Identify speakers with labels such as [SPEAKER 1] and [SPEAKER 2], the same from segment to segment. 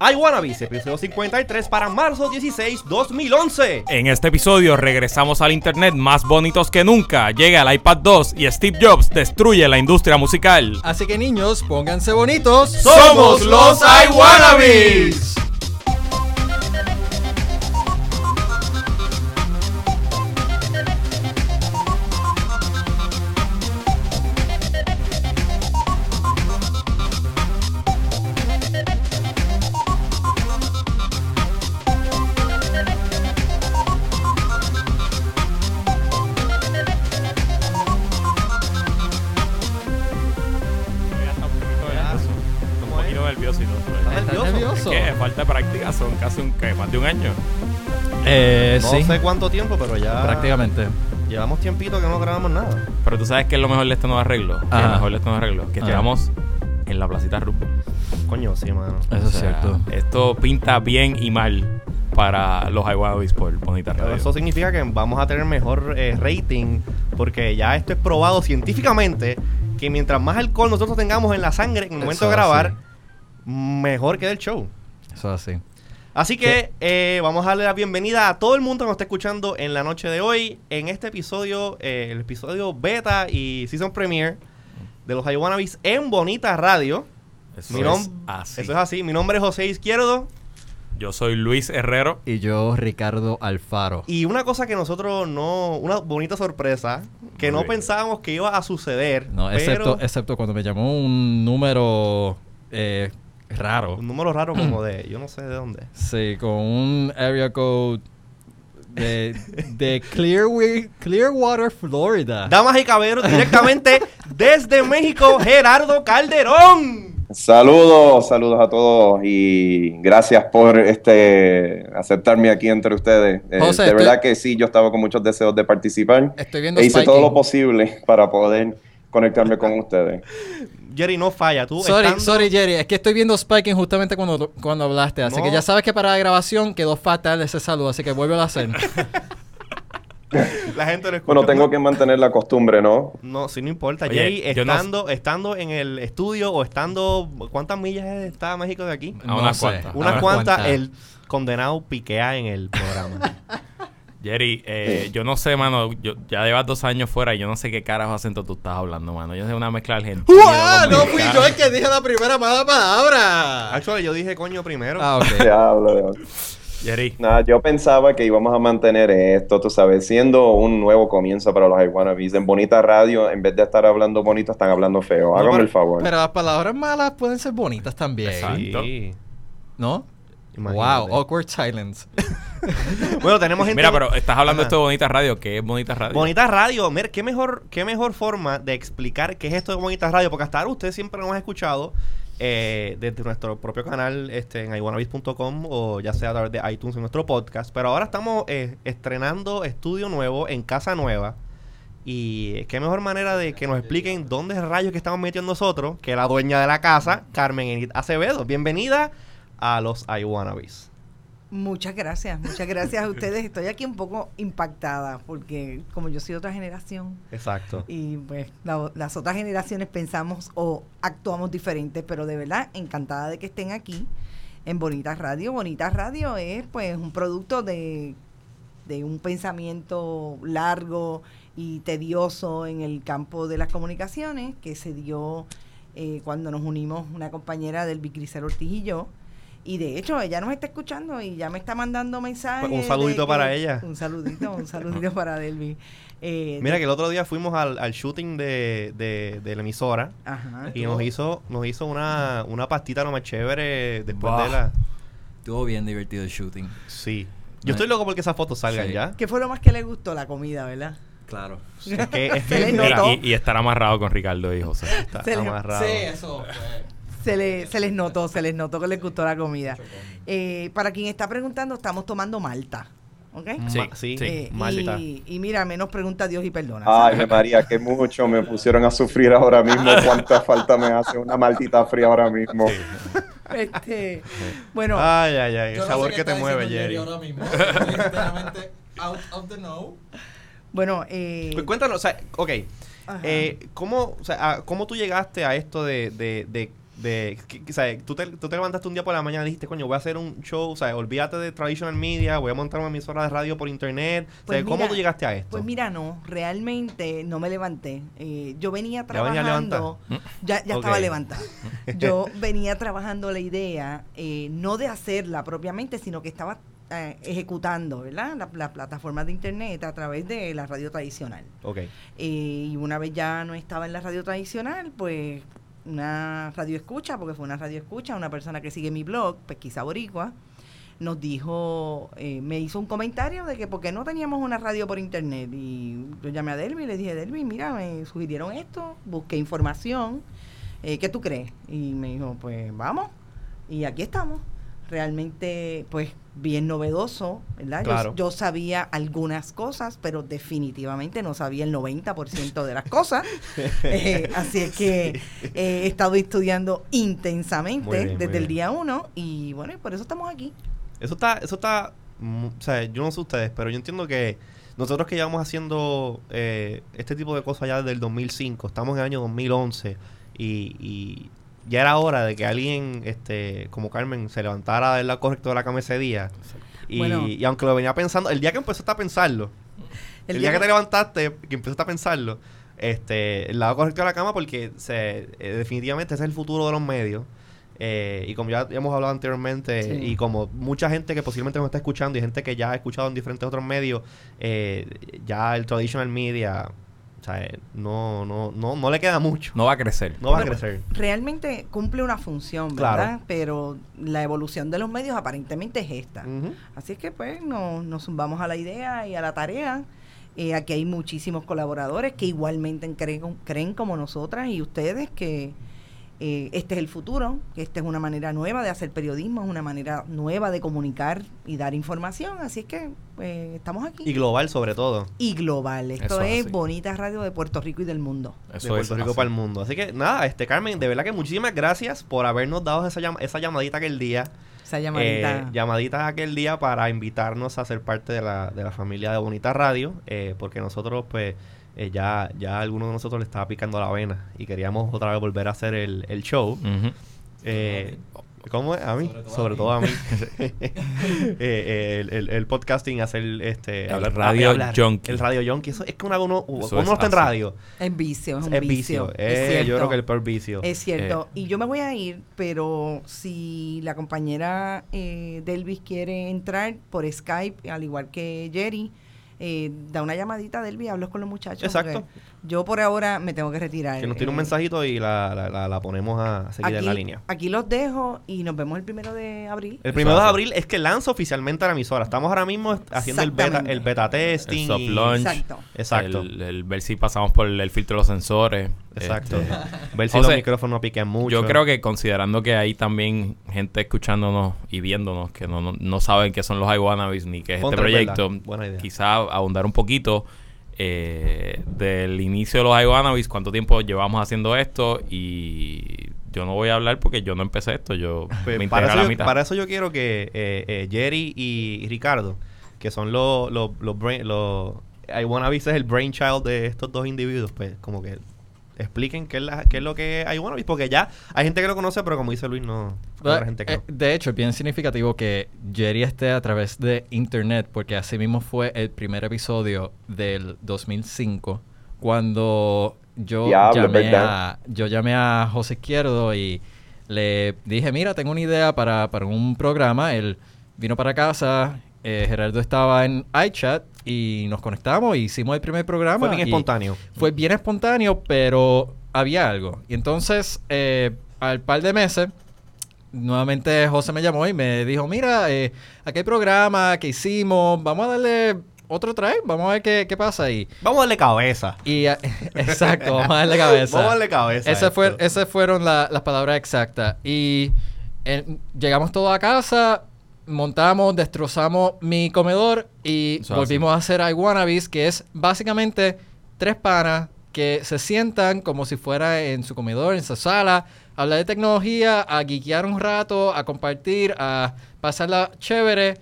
[SPEAKER 1] I Wanna Be, episodio 53 para marzo 16, 2011.
[SPEAKER 2] En este episodio regresamos al internet más bonitos que nunca. Llega el iPad 2 y Steve Jobs destruye la industria musical.
[SPEAKER 3] Así que niños, pónganse bonitos.
[SPEAKER 2] ¡Somos los iWannabes! Ah, Un
[SPEAKER 1] ¿Cómo es?
[SPEAKER 2] poquito nervioso y todo.
[SPEAKER 1] ¿Estás
[SPEAKER 3] ¿Estás
[SPEAKER 1] nervioso?
[SPEAKER 3] nervioso?
[SPEAKER 2] ¿Qué? Falta de práctica, son casi un, ¿qué? más de un año.
[SPEAKER 3] Eh,
[SPEAKER 1] No
[SPEAKER 3] sí,
[SPEAKER 1] sé cuánto tiempo, pero ya.
[SPEAKER 3] prácticamente.
[SPEAKER 1] Llevamos tiempito que no grabamos nada.
[SPEAKER 2] Pero tú sabes que es lo mejor de este nuevo arreglo. ¿Qué es
[SPEAKER 3] Ajá.
[SPEAKER 2] Lo mejor de este nuevo arreglo. Que
[SPEAKER 3] Ajá.
[SPEAKER 2] llegamos en la placita Rupo.
[SPEAKER 1] Coño, sí, mano.
[SPEAKER 3] Eso
[SPEAKER 2] O
[SPEAKER 3] es
[SPEAKER 2] sea,
[SPEAKER 3] cierto.
[SPEAKER 2] Esto pinta bien y mal para los iWannabes por Bonita
[SPEAKER 1] Pero
[SPEAKER 3] Eh,
[SPEAKER 2] Radio.
[SPEAKER 1] Eso significa que vamos a tener mejor eh, rating porque ya esto es probado científicamente que mientras más alcohol nosotros tengamos en la sangre en el momento
[SPEAKER 3] Eso
[SPEAKER 1] de
[SPEAKER 3] es
[SPEAKER 1] grabar, mejor queda el show.
[SPEAKER 3] Eso es así.
[SPEAKER 1] Así que eh, vamos a darle la bienvenida a todo el mundo que nos está escuchando en la noche de hoy, en este episodio, eh, el episodio beta y season premiere de los Iwanabis en Bonita Radio.
[SPEAKER 2] Eso
[SPEAKER 1] Mi
[SPEAKER 2] es
[SPEAKER 1] nom-
[SPEAKER 2] así.
[SPEAKER 1] Eso es así. Mi nombre es José Izquierdo.
[SPEAKER 2] Yo soy Luis Herrero.
[SPEAKER 3] Y yo, Ricardo Alfaro.
[SPEAKER 1] Y una cosa que nosotros no, una bonita sorpresa, que
[SPEAKER 2] Muy
[SPEAKER 1] no
[SPEAKER 2] bien.
[SPEAKER 1] pensábamos que iba a suceder.
[SPEAKER 3] No,
[SPEAKER 1] pero
[SPEAKER 3] excepto, excepto cuando me llamó un número eh, raro.
[SPEAKER 1] un número raro como de, yo no sé de dónde.
[SPEAKER 3] Sí, con un area code de, de Clearwe- Clearwater, Florida.
[SPEAKER 1] Damas y caballeros, directamente desde México, Gerardo Calderón.
[SPEAKER 4] Saludos, saludos a todos y gracias por este aceptarme aquí entre ustedes. Eh,
[SPEAKER 3] José,
[SPEAKER 4] de
[SPEAKER 3] estoy-
[SPEAKER 4] verdad que sí, yo estaba con muchos deseos de participar
[SPEAKER 3] Estoy viendo
[SPEAKER 4] e hice
[SPEAKER 3] Spike
[SPEAKER 4] todo
[SPEAKER 3] Lee.
[SPEAKER 4] lo posible para poder conectarme con ustedes.
[SPEAKER 1] Jerry, no falla. Tú
[SPEAKER 3] Sorry,
[SPEAKER 1] estando-
[SPEAKER 3] sorry Jerry, es que estoy viendo Spiking justamente cuando, cuando hablaste, así
[SPEAKER 1] No.
[SPEAKER 3] que ya sabes que para la grabación quedó fatal ese saludo, así que vuelve a hacer.
[SPEAKER 1] La gente lo escucha.
[SPEAKER 4] Bueno, tengo que mantener la costumbre, ¿no?
[SPEAKER 1] No, sí, no importa.
[SPEAKER 2] Oye,
[SPEAKER 1] Jerry,
[SPEAKER 2] yo no-
[SPEAKER 1] estando, estando en el estudio o estando... ¿Cuántas millas está México de aquí?
[SPEAKER 2] A unas cuantas.
[SPEAKER 1] Unas
[SPEAKER 2] unas
[SPEAKER 1] cuantas, el condenado piquea en el programa.
[SPEAKER 2] Jerry, eh,
[SPEAKER 4] Sí.
[SPEAKER 2] yo no sé, mano. yo- ya llevas dos años fuera y yo no sé qué carajo acento tú estás hablando, mano. Yo sé una mezcla argentina. dominicana.
[SPEAKER 3] que dije la primera mala palabra.
[SPEAKER 1] Actually, yo dije coño primero.
[SPEAKER 3] Ah, ok.
[SPEAKER 4] Diablo, diablo.
[SPEAKER 2] Jerry,
[SPEAKER 4] Nada, yo pensaba que íbamos a mantener esto, tú sabes, siendo un nuevo comienzo para los Iwanabis. En Bonita Radio, en vez de estar hablando bonito, están hablando feo. Hágame
[SPEAKER 1] pero-
[SPEAKER 4] el favor.
[SPEAKER 3] Pero las palabras malas pueden ser bonitas también,
[SPEAKER 2] Exacto.
[SPEAKER 1] Sí.
[SPEAKER 3] ¿no?
[SPEAKER 1] Imagínate.
[SPEAKER 3] Wow, awkward silence.
[SPEAKER 1] Bueno, tenemos gente...
[SPEAKER 2] mira, pero estás hablando
[SPEAKER 1] Ajá.
[SPEAKER 2] esto de Bonita Radio. ¿Qué es Bonita Radio?
[SPEAKER 1] Bonita Radio, mira, qué mejor, qué mejor forma de explicar qué es esto de Bonita Radio, porque hasta ahora ustedes siempre nos han escuchado eh, desde nuestro propio canal este, en iwanabis.com o ya sea a través de iTunes en nuestro podcast, pero ahora estamos eh, estrenando estudio nuevo en Casa Nueva. Y eh, qué mejor manera de que nos expliquen dónde rayos que estamos metidos nosotros que la dueña de la casa, Carmen Enid Acevedo. Bienvenida a los iWannabes.
[SPEAKER 5] Muchas gracias, muchas gracias a ustedes. Estoy aquí un poco impactada porque como yo soy otra generación
[SPEAKER 1] Exacto.
[SPEAKER 5] y pues la- las otras generaciones pensamos o actuamos diferente, pero de verdad encantada de que estén aquí en Bonita Radio. Bonita Radio es pues un producto de, de un pensamiento largo y tedioso en el campo de las comunicaciones que se dio eh, cuando nos unimos una compañera del Bicrisel Ortiz y yo. Y de hecho, ella nos está escuchando y ya me está mandando mensajes.
[SPEAKER 1] Pues un
[SPEAKER 5] de
[SPEAKER 1] saludito
[SPEAKER 5] que-
[SPEAKER 1] para ella.
[SPEAKER 5] Un saludito, un saludito para Delby. Eh,
[SPEAKER 1] Mira
[SPEAKER 5] de-
[SPEAKER 1] que el otro día fuimos al, al shooting de, de- de la emisora
[SPEAKER 5] Ajá.
[SPEAKER 1] y nos hizo, nos hizo una, una pastita nomás chévere después
[SPEAKER 2] Bah.
[SPEAKER 1] de la.
[SPEAKER 6] Estuvo bien divertido el shooting.
[SPEAKER 1] Sí. Yo estoy loco porque esas fotos salgan
[SPEAKER 6] Sí.
[SPEAKER 1] ya.
[SPEAKER 5] ¿Qué fue lo más que le gustó? La comida, ¿verdad?
[SPEAKER 6] Claro.
[SPEAKER 1] Es que, es
[SPEAKER 5] Se le
[SPEAKER 1] que
[SPEAKER 5] nota.
[SPEAKER 2] Mira,
[SPEAKER 5] notó.
[SPEAKER 2] y, y estar amarrado con Ricardo y José.
[SPEAKER 1] está
[SPEAKER 5] Se le-
[SPEAKER 1] amarrado.
[SPEAKER 3] eso.
[SPEAKER 5] Se, le- se les notó, se les notó que les gustó la comida. Eh, para quien está preguntando, estamos tomando Malta. ¿Ok?
[SPEAKER 1] Mm. Ma-
[SPEAKER 2] Sí,
[SPEAKER 1] sí,
[SPEAKER 2] sí.
[SPEAKER 5] Eh,
[SPEAKER 1] Malta.
[SPEAKER 5] Y, y mira, menos pregunta Dios y perdona.
[SPEAKER 4] Ay, Ave María, que mucho me pusieron a sufrir ahora mismo. Cuánta falta me hace una maldita fría ahora mismo.
[SPEAKER 5] Este, bueno,
[SPEAKER 1] Ay, ay, ay. El sabor que te mueve, Jerry.
[SPEAKER 6] mismo. Sinceramente, out of the know.
[SPEAKER 5] bueno, eh,
[SPEAKER 1] Pues cuéntanos, o sea, ok. Pues, Eh, ¿cómo, o sea, a- ¿Cómo tú llegaste a esto de... de, de- de- que- que, o sea, tú, te, tú te levantaste un día por la mañana y dijiste, coño, voy a hacer un show, o sea, olvídate de traditional media, voy a montar una emisora de radio por internet. O sea,
[SPEAKER 5] Pues
[SPEAKER 1] ¿Cómo
[SPEAKER 5] mira,
[SPEAKER 1] tú llegaste a esto?
[SPEAKER 5] Pues mira, no, realmente no me levanté. Eh, yo venía
[SPEAKER 1] Ya venía
[SPEAKER 5] trabajando. Ya, ya estaba
[SPEAKER 1] Ok.
[SPEAKER 5] levantada. Yo venía trabajando la idea, eh, no de hacerla propiamente, sino que estaba eh, ejecutando, ¿verdad? La, la plataforma de internet a través de la radio tradicional.
[SPEAKER 1] ok.
[SPEAKER 5] Eh, y una vez ya no estaba en la radio tradicional, pues una radio escucha, porque fue una radio escucha, una persona que sigue mi blog, Pesquisa Boricua, nos dijo, eh, me hizo un comentario de que por qué no teníamos una radio por internet. Y yo llamé a Delvi y le dije, Delvi, mira, me sugirieron esto, busqué información, eh, ¿qué tú crees? Y me dijo, pues vamos, y aquí estamos. Realmente, pues, bien novedoso, ¿verdad? Yo-
[SPEAKER 1] Claro.
[SPEAKER 5] yo sabía algunas cosas, pero definitivamente no sabía el 90% de las cosas. Eh, así es que eh, he estado estudiando intensamente
[SPEAKER 1] Muy bien, muy
[SPEAKER 5] desde el
[SPEAKER 1] bien.
[SPEAKER 5] día uno y bueno, y por eso estamos aquí.
[SPEAKER 1] Eso está, eso está, mm, o sea, yo no sé ustedes, pero yo entiendo que nosotros que llevamos haciendo eh, este tipo de cosas ya desde el 2005, estamos en el año 2011 y, y ya era hora de que alguien, este, como Carmen, se levantara del lado correcto de la cama ese día. Y,
[SPEAKER 5] Bueno.
[SPEAKER 1] y aunque lo venía pensando, el día que empezaste a pensarlo, el, día que te levantaste, que empezaste a pensarlo, este, el lado correcto de la cama, porque se, eh, definitivamente ese es el futuro de los medios. Eh, y como ya hemos hablado anteriormente,
[SPEAKER 5] Sí.
[SPEAKER 1] y como mucha gente que posiblemente nos está escuchando y gente que ya ha escuchado en diferentes otros medios, eh, ya el traditional media, o sea, eh, no, no, no, no le queda mucho.
[SPEAKER 2] No va a crecer.
[SPEAKER 1] No va a
[SPEAKER 5] Bueno,
[SPEAKER 1] crecer.
[SPEAKER 5] Realmente cumple una función, ¿verdad?
[SPEAKER 1] Claro.
[SPEAKER 5] Pero la evolución de los medios aparentemente es esta.
[SPEAKER 1] Ujú.
[SPEAKER 5] Así es que pues no- nos zumbamos a la idea y a la tarea. Eh, aquí hay muchísimos colaboradores que igualmente creen, creen como nosotras y ustedes que eh, este es el futuro, que esta es una manera nueva de hacer periodismo, es una manera nueva de comunicar y dar información. Así es que eh, estamos aquí.
[SPEAKER 1] Y global sobre todo.
[SPEAKER 5] Y global. Esto
[SPEAKER 2] Eso es
[SPEAKER 5] es
[SPEAKER 2] así.
[SPEAKER 5] Bonita Radio de Puerto Rico y del mundo.
[SPEAKER 1] de Puerto Rico
[SPEAKER 2] así.
[SPEAKER 1] para el mundo. Así que nada, este Carmen, de verdad que muchísimas gracias por habernos dado esa, llam- esa llamadita aquel día.
[SPEAKER 5] Esa
[SPEAKER 1] Eh,
[SPEAKER 5] llamadita.
[SPEAKER 1] llamadita aquel día para invitarnos a ser parte de la, de la familia de Bonita Radio, eh, porque nosotros, pues, eh, ya, ya alguno de nosotros le estaba picando la vena y queríamos otra vez volver a hacer el, el show.
[SPEAKER 2] Ujú.
[SPEAKER 1] Eh, ¿Cómo es? A mí. Sobre todo a mí. Eh, eh, el, el- el podcasting, hacer este.
[SPEAKER 2] El radio junkie.
[SPEAKER 1] El radio junkie. Eso es que una, uno, uno
[SPEAKER 2] Eso
[SPEAKER 1] no
[SPEAKER 2] es
[SPEAKER 1] está en
[SPEAKER 2] así.
[SPEAKER 1] radio.
[SPEAKER 5] es vicio, es un
[SPEAKER 1] es
[SPEAKER 5] vicio.
[SPEAKER 1] vicio. Eh, yo
[SPEAKER 5] es
[SPEAKER 1] creo
[SPEAKER 5] cierto.
[SPEAKER 1] que el Eh. peor vicio.
[SPEAKER 5] Es cierto. Y yo me voy a ir, pero si la compañera eh, Delvis quiere entrar por Skype, al igual que Jerry, eh, da una llamadita a Delvis, hablas con los muchachos.
[SPEAKER 1] Exacto.
[SPEAKER 5] porque Yo por ahora me tengo que retirar.
[SPEAKER 1] que nos tiene un
[SPEAKER 5] Eh,
[SPEAKER 1] mensajito y la, la, la- la ponemos a seguir
[SPEAKER 5] Aquí,
[SPEAKER 1] en la línea.
[SPEAKER 5] aquí los dejo y nos vemos el primero de abril.
[SPEAKER 1] El primero de
[SPEAKER 2] hace.
[SPEAKER 1] abril es que lanza oficialmente la emisora. Estamos ahora mismo est- haciendo el beta,
[SPEAKER 5] Exactamente.
[SPEAKER 1] el beta testing.
[SPEAKER 2] El soft
[SPEAKER 1] y-
[SPEAKER 2] launch.
[SPEAKER 5] Exacto.
[SPEAKER 1] Exacto.
[SPEAKER 2] El, el ver si pasamos por el filtro de los sensores.
[SPEAKER 1] Exacto.
[SPEAKER 2] Este,
[SPEAKER 1] Ver si
[SPEAKER 2] O
[SPEAKER 1] los
[SPEAKER 2] sea,
[SPEAKER 1] micrófonos piquen mucho.
[SPEAKER 2] Yo creo que considerando que hay también gente escuchándonos y viéndonos que no, no, no saben qué son los iWannabes ni qué es
[SPEAKER 1] Contra, es
[SPEAKER 2] este
[SPEAKER 1] verdad.
[SPEAKER 2] proyecto,
[SPEAKER 1] Buena idea.
[SPEAKER 2] quizá ahondar un poquito eh, del inicio de los iWannabes, cuánto tiempo llevamos haciendo esto y yo no voy a hablar porque yo no empecé esto, yo
[SPEAKER 1] Pues,
[SPEAKER 2] me integré
[SPEAKER 1] para,
[SPEAKER 2] a
[SPEAKER 1] eso
[SPEAKER 2] la
[SPEAKER 1] yo,
[SPEAKER 2] mitad.
[SPEAKER 1] para eso yo quiero que eh, eh, Jerry y, y Ricardo, que son los. los, los, brain- los I Wanna Be es el brainchild de estos dos individuos, pues como que expliquen qué es, la- qué es lo que es I Wanna Be, porque ya hay gente que lo conoce, pero como dice Luis, no.
[SPEAKER 3] Pero,
[SPEAKER 1] habrá gente que
[SPEAKER 3] eh,
[SPEAKER 1] no.
[SPEAKER 3] de hecho, es bien significativo que Jerry esté a través de internet, porque así mismo fue el primer episodio del 2005, cuando yo,
[SPEAKER 4] Diablo, es
[SPEAKER 3] llamé,
[SPEAKER 4] verdad.
[SPEAKER 3] a, yo llamé a José Izquierdo y le dije, mira, tengo una idea para, para un programa. Él vino para casa, eh, Gerardo estaba en iChat y nos conectamos y hicimos el primer programa.
[SPEAKER 1] Fue bien
[SPEAKER 3] y-
[SPEAKER 1] espontáneo.
[SPEAKER 3] fue bien espontáneo, pero había algo. Y entonces, eh, al par de meses, nuevamente José me llamó y me dijo, mira, eh, aquel programa que hicimos, vamos a darle otro try, vamos a ver qué, qué pasa. Y,
[SPEAKER 1] Vamos a darle cabeza.
[SPEAKER 3] y ah, exacto, vamos a darle cabeza.
[SPEAKER 1] Vamos a darle cabeza a
[SPEAKER 3] Esa
[SPEAKER 1] esto.
[SPEAKER 3] fue, esas fueron la- las palabras exactas. Y eh, llegamos todos a casa, montamos, destrozamos mi comedor y
[SPEAKER 2] Eso es
[SPEAKER 3] volvimos a hacer I Wannabes, que es básicamente tres panas que se sientan como si fuera en su comedor, en su sala, a hablar de tecnología, a geekear un rato, a compartir, a pasarla chévere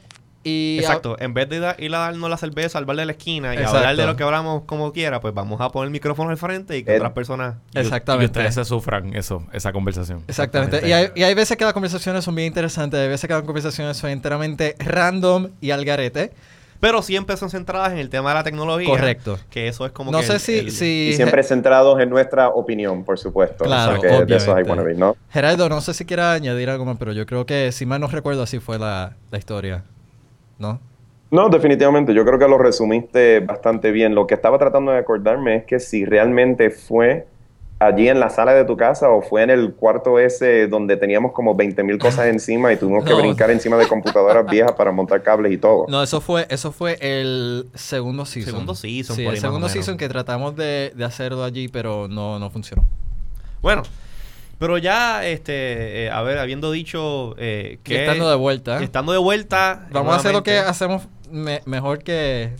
[SPEAKER 3] Y a-
[SPEAKER 1] Exacto, en vez de da- ir a darnos la cerveza al bar de la esquina y
[SPEAKER 3] Exacto.
[SPEAKER 1] hablar de lo que hablamos como quiera, pues vamos a poner el micrófono al frente y que
[SPEAKER 4] Eh,
[SPEAKER 1] otras personas...
[SPEAKER 2] Y
[SPEAKER 3] exactamente.
[SPEAKER 2] ustedes se sufran eso, esa conversación.
[SPEAKER 3] Exactamente. Y hay, y hay veces que las conversaciones son bien interesantes, hay veces que las conversaciones son enteramente random y al garete.
[SPEAKER 1] Pero siempre son centradas en el tema de la tecnología.
[SPEAKER 3] Correcto.
[SPEAKER 1] Que eso es como
[SPEAKER 3] No
[SPEAKER 1] que
[SPEAKER 3] sé
[SPEAKER 1] el-
[SPEAKER 3] si,
[SPEAKER 1] el-
[SPEAKER 3] si
[SPEAKER 4] Y siempre centrados en nuestra opinión, por supuesto.
[SPEAKER 3] Claro,
[SPEAKER 4] O sea, que de esos hay
[SPEAKER 3] obviamente.
[SPEAKER 4] wannabe, ¿no?
[SPEAKER 3] Gerardo, no sé si quiera añadir algo más, pero yo creo que, si mal no recuerdo, así fue la, la historia. ¿No?
[SPEAKER 4] No, definitivamente. Yo creo que lo resumiste bastante bien. Lo que estaba tratando de acordarme es que si realmente fue allí en la sala de tu casa o fue en el cuarto ese donde teníamos como 20.000 cosas encima y tuvimos que
[SPEAKER 3] No.
[SPEAKER 4] brincar encima de computadoras viejas para montar cables y todo.
[SPEAKER 3] No, eso fue, eso fue el segundo season.
[SPEAKER 1] Segundo season,
[SPEAKER 3] Sí,
[SPEAKER 1] por ahí
[SPEAKER 3] el
[SPEAKER 1] más o
[SPEAKER 3] segundo
[SPEAKER 1] menos.
[SPEAKER 3] season que tratamos de, de hacerlo allí, pero no, no funcionó.
[SPEAKER 1] Bueno, pero ya, este, eh, a ver, habiendo dicho eh,
[SPEAKER 3] Y
[SPEAKER 1] que...
[SPEAKER 3] estando de vuelta.
[SPEAKER 1] Estando de vuelta...
[SPEAKER 3] Vamos a hacer lo que
[SPEAKER 1] nuevamente.
[SPEAKER 3] hacemos me- mejor que.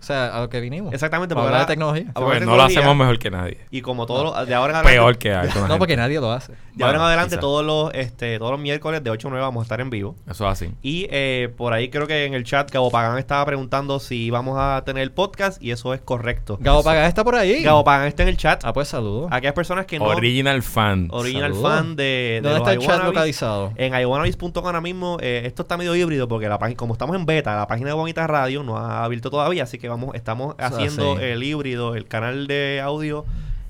[SPEAKER 3] O sea, a lo que vinimos.
[SPEAKER 1] Exactamente,
[SPEAKER 3] Para
[SPEAKER 1] porque
[SPEAKER 3] hablar de
[SPEAKER 1] ahora-
[SPEAKER 3] tecnología.
[SPEAKER 1] ahora
[SPEAKER 2] Porque
[SPEAKER 1] la
[SPEAKER 2] Pues, no lo
[SPEAKER 1] tecnología-
[SPEAKER 2] hacemos mejor que nadie.
[SPEAKER 1] Y como todo lo- de ahora en
[SPEAKER 2] Peor
[SPEAKER 1] adelante-
[SPEAKER 2] que alguna
[SPEAKER 3] No,
[SPEAKER 2] gente.
[SPEAKER 3] porque nadie lo hace.
[SPEAKER 1] De ahora en
[SPEAKER 2] Bueno,
[SPEAKER 1] adelante,
[SPEAKER 2] quizá.
[SPEAKER 1] todos los, este, todos los miércoles de 8 a 9 vamos a estar en vivo.
[SPEAKER 2] Eso es así.
[SPEAKER 1] Y eh, por ahí creo que en el chat Gabo Pagán estaba preguntando si vamos a tener podcast y eso es correcto.
[SPEAKER 3] Gabo Pagán está por ahí.
[SPEAKER 1] Gabo Pagán está en el chat.
[SPEAKER 3] Ah, pues saludos.
[SPEAKER 1] Aquellas personas que no...
[SPEAKER 2] Original fan.
[SPEAKER 1] original
[SPEAKER 3] Saludos.
[SPEAKER 1] fan de, de los
[SPEAKER 3] ¿Dónde
[SPEAKER 1] eh,
[SPEAKER 3] está el chat
[SPEAKER 1] iWannabes.
[SPEAKER 3] localizado?
[SPEAKER 1] En iWannabes.com ahora mismo, eh, esto está medio híbrido porque la página, como estamos en beta, la página de Bonita Radio no ha abierto todavía, así que vamos, estamos
[SPEAKER 3] Eso es
[SPEAKER 1] haciendo
[SPEAKER 3] así.
[SPEAKER 1] el híbrido, el canal de audio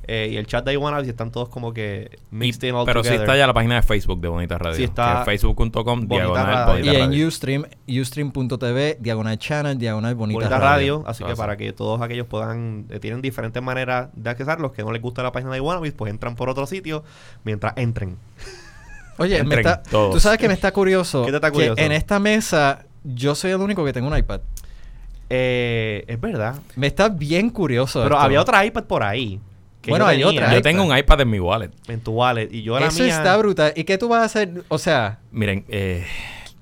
[SPEAKER 1] eh, y el chat de iWannabes están todos como que
[SPEAKER 2] Y-
[SPEAKER 1] mixed in all
[SPEAKER 2] pero sí
[SPEAKER 1] together.
[SPEAKER 2] está ya la página de Facebook de Bonita Radio.
[SPEAKER 1] Sí está-
[SPEAKER 2] que es facebook.com
[SPEAKER 1] Bonita
[SPEAKER 2] diagonal
[SPEAKER 1] Radio.
[SPEAKER 2] Bonita
[SPEAKER 3] Y en
[SPEAKER 2] Radio.
[SPEAKER 3] Ustream, ustream.tv, diagonal channel, diagonal bonita,
[SPEAKER 1] Bonita
[SPEAKER 3] radio.
[SPEAKER 1] Radio, así que
[SPEAKER 2] Eso.
[SPEAKER 1] para que todos aquellos puedan, eh, tienen diferentes maneras de accesar, los que no les gusta la página de iWannabes, pues entran por otro sitio mientras entren.
[SPEAKER 3] Oye, me
[SPEAKER 2] Entren
[SPEAKER 3] está-
[SPEAKER 2] todos.
[SPEAKER 3] tú sabes que me está curioso.
[SPEAKER 1] ¿Qué te está curioso?
[SPEAKER 3] Que en esta mesa yo soy el único que tengo un iPad.
[SPEAKER 1] Eh, es verdad.
[SPEAKER 3] Me está bien curioso.
[SPEAKER 1] Pero
[SPEAKER 3] esto.
[SPEAKER 1] había otra iPad por ahí. que
[SPEAKER 3] Bueno,
[SPEAKER 1] yo
[SPEAKER 3] hay
[SPEAKER 1] tenía
[SPEAKER 3] otra
[SPEAKER 2] Yo tengo un iPad en mi wallet.
[SPEAKER 1] En tu wallet. Y yo la
[SPEAKER 3] Eso
[SPEAKER 1] mía.
[SPEAKER 3] está brutal. ¿Y qué tú vas a hacer? O sea,
[SPEAKER 2] Miren, eh,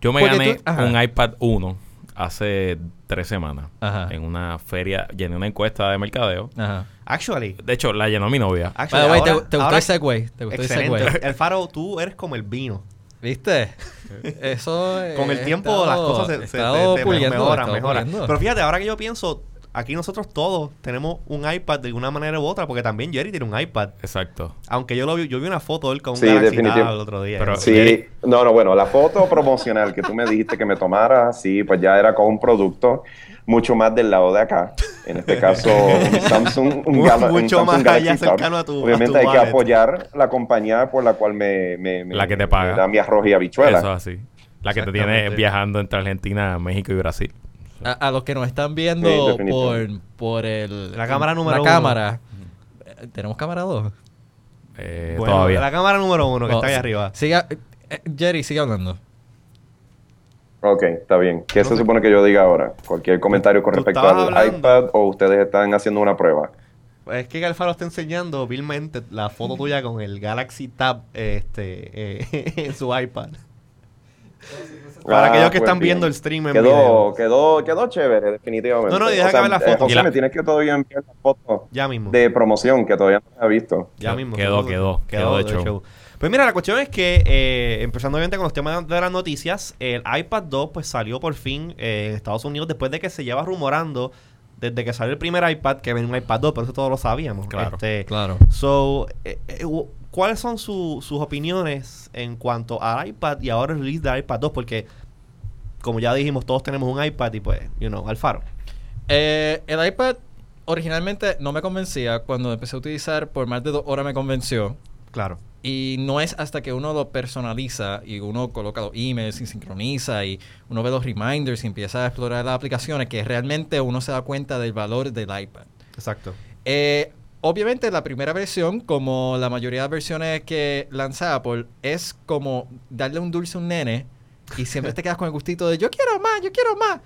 [SPEAKER 2] yo me
[SPEAKER 3] Porque
[SPEAKER 2] gané
[SPEAKER 3] tú- ajá.
[SPEAKER 2] un iPad 1 hace tres semanas
[SPEAKER 3] Ajá.
[SPEAKER 2] en una feria, llené una encuesta de mercadeo.
[SPEAKER 3] ajá.
[SPEAKER 1] Actually.
[SPEAKER 2] De hecho, la llenó mi novia.
[SPEAKER 3] By
[SPEAKER 1] actually
[SPEAKER 3] the way, te-
[SPEAKER 1] ahora-
[SPEAKER 3] ¿te, gustó
[SPEAKER 1] ahora-
[SPEAKER 3] el Segway? ¿Te gustó el Segway?
[SPEAKER 1] Excelente. El faro, tú eres como el vino.
[SPEAKER 3] ¿Viste? Eso eh,
[SPEAKER 1] Con el
[SPEAKER 3] he
[SPEAKER 1] tiempo
[SPEAKER 3] estado-
[SPEAKER 1] las cosas
[SPEAKER 3] he
[SPEAKER 1] se- se, se-
[SPEAKER 3] estado
[SPEAKER 1] se
[SPEAKER 3] puliendo, he
[SPEAKER 1] mejoran,
[SPEAKER 3] estado
[SPEAKER 1] mejoran.
[SPEAKER 3] puliendo.
[SPEAKER 1] Pero fíjate, ahora que yo pienso, aquí nosotros todos tenemos un iPad de una manera u otra, porque también Jerry tiene un iPad.
[SPEAKER 2] Exacto.
[SPEAKER 1] Aunque yo lo vi, yo vi una foto de él con un
[SPEAKER 4] Sí,
[SPEAKER 1] Galaxy
[SPEAKER 4] definitivo.
[SPEAKER 1] Tab el otro día.
[SPEAKER 2] Pero-
[SPEAKER 4] Sí, no, no, bueno, la foto promocional que tú me dijiste que me tomara, sí, pues ya era con un producto mucho más del lado de acá. En este caso, un Samsung, un,
[SPEAKER 1] Mu-
[SPEAKER 4] Gala- un
[SPEAKER 1] mucho
[SPEAKER 4] Samsung
[SPEAKER 1] más
[SPEAKER 4] Galaxy
[SPEAKER 1] allá,
[SPEAKER 4] Tab.
[SPEAKER 1] cercano a tu- a tu
[SPEAKER 4] Obviamente hay
[SPEAKER 1] wallet.
[SPEAKER 4] que apoyar la compañía por la cual me, me- me-
[SPEAKER 2] La que te paga.
[SPEAKER 4] me da mi arroz y
[SPEAKER 2] Eso
[SPEAKER 4] habichuela.
[SPEAKER 2] es así. La que te tiene
[SPEAKER 1] Exactamente.
[SPEAKER 2] viajando entre Argentina, México y Brasil.
[SPEAKER 3] A, a los que nos están
[SPEAKER 4] Sí,
[SPEAKER 3] viendo por,
[SPEAKER 4] definitivamente.
[SPEAKER 3] por el...
[SPEAKER 1] La cámara número
[SPEAKER 3] la
[SPEAKER 1] uno.
[SPEAKER 3] cámara. Eh, ¿Tenemos cámara 2?
[SPEAKER 2] Eh,
[SPEAKER 1] Bueno,
[SPEAKER 2] todavía.
[SPEAKER 1] La cámara número uno que
[SPEAKER 3] No,
[SPEAKER 1] está ahí
[SPEAKER 3] sí.
[SPEAKER 1] arriba.
[SPEAKER 3] Siga, eh, eh, Jerry, sigue hablando.
[SPEAKER 4] Ok, está bien. ¿Qué
[SPEAKER 1] No
[SPEAKER 4] se
[SPEAKER 1] sé.
[SPEAKER 4] supone que yo diga ahora? Cualquier comentario con
[SPEAKER 1] Tú
[SPEAKER 4] respecto al
[SPEAKER 1] estabas hablando.
[SPEAKER 4] iPad o ustedes están haciendo una prueba.
[SPEAKER 1] Es que Alfaro está enseñando vilmente la foto tuya con el Galaxy Tab este, eh, en su iPad. Para
[SPEAKER 4] Ah,
[SPEAKER 1] aquellos que
[SPEAKER 4] pues
[SPEAKER 1] están
[SPEAKER 4] bien.
[SPEAKER 1] viendo el stream en
[SPEAKER 4] Quedó,
[SPEAKER 1] video.
[SPEAKER 4] quedó, quedó chévere, definitivamente.
[SPEAKER 1] No, no, y deja
[SPEAKER 4] O
[SPEAKER 1] que
[SPEAKER 4] sea,
[SPEAKER 1] vea la
[SPEAKER 4] eh,
[SPEAKER 1] foto.
[SPEAKER 4] José,
[SPEAKER 2] Y la-
[SPEAKER 4] me tienes que todavía enviar la foto
[SPEAKER 1] Ya mismo.
[SPEAKER 4] de promoción que todavía no la he visto.
[SPEAKER 1] Ya mismo.
[SPEAKER 2] Quedó,
[SPEAKER 1] seguro.
[SPEAKER 2] quedó, quedó de show.
[SPEAKER 1] Pues mira, la cuestión es que, eh, empezando obviamente con los temas de las noticias, el iPad 2 pues salió por fin eh, en Estados Unidos después de que se lleva rumorando desde que salió el primer iPad que venía un iPad 2, pero eso todos lo sabíamos.
[SPEAKER 2] Claro,
[SPEAKER 1] Este,
[SPEAKER 3] Claro.
[SPEAKER 1] So, eh, eh, w- ¿cuáles son su- sus opiniones en cuanto al iPad y ahora el release del iPad 2? Porque, como ya dijimos, todos tenemos un iPad y pues, you know, Alfaro.
[SPEAKER 3] Eh, el iPad originalmente no me convencía. Cuando empecé a utilizar, por más de dos horas me convenció.
[SPEAKER 1] Claro.
[SPEAKER 3] Y no es hasta que uno lo personaliza y uno coloca los emails y sincroniza y uno ve los reminders y empieza a explorar las aplicaciones que realmente uno se da cuenta del valor del iPad.
[SPEAKER 1] Exacto.
[SPEAKER 3] Eh, obviamente la primera versión, como la mayoría de versiones que lanza Apple, es como darle un dulce a un nene y siempre te quedas con el gustito de yo quiero más, yo quiero más.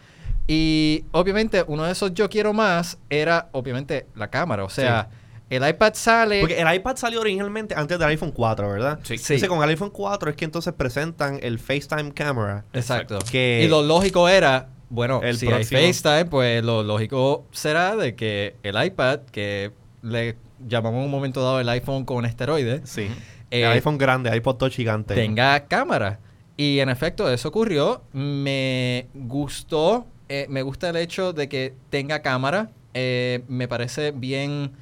[SPEAKER 3] Y obviamente uno de esos yo quiero más era obviamente la cámara. O sea, el iPad sale...
[SPEAKER 1] Porque el iPad salió originalmente antes del iPhone 4, ¿verdad?
[SPEAKER 2] Sí.
[SPEAKER 3] Sí.
[SPEAKER 1] Entonces, con el iPhone 4 es que entonces presentan el FaceTime Camera.
[SPEAKER 3] Exacto.
[SPEAKER 1] Que-
[SPEAKER 3] y lo lógico era, bueno,
[SPEAKER 1] El
[SPEAKER 3] si
[SPEAKER 1] próximo-
[SPEAKER 3] hay FaceTime, pues lo lógico será de que el iPad, que le llamamos en un momento dado el iPhone con esteroides,
[SPEAKER 1] Sí.
[SPEAKER 3] eh,
[SPEAKER 1] el iPhone grande, iPod Touch gigante.
[SPEAKER 3] tenga cámara. Y en efecto, eso ocurrió. Me gustó, eh, me gusta el hecho de que tenga cámara. Eh, me parece bien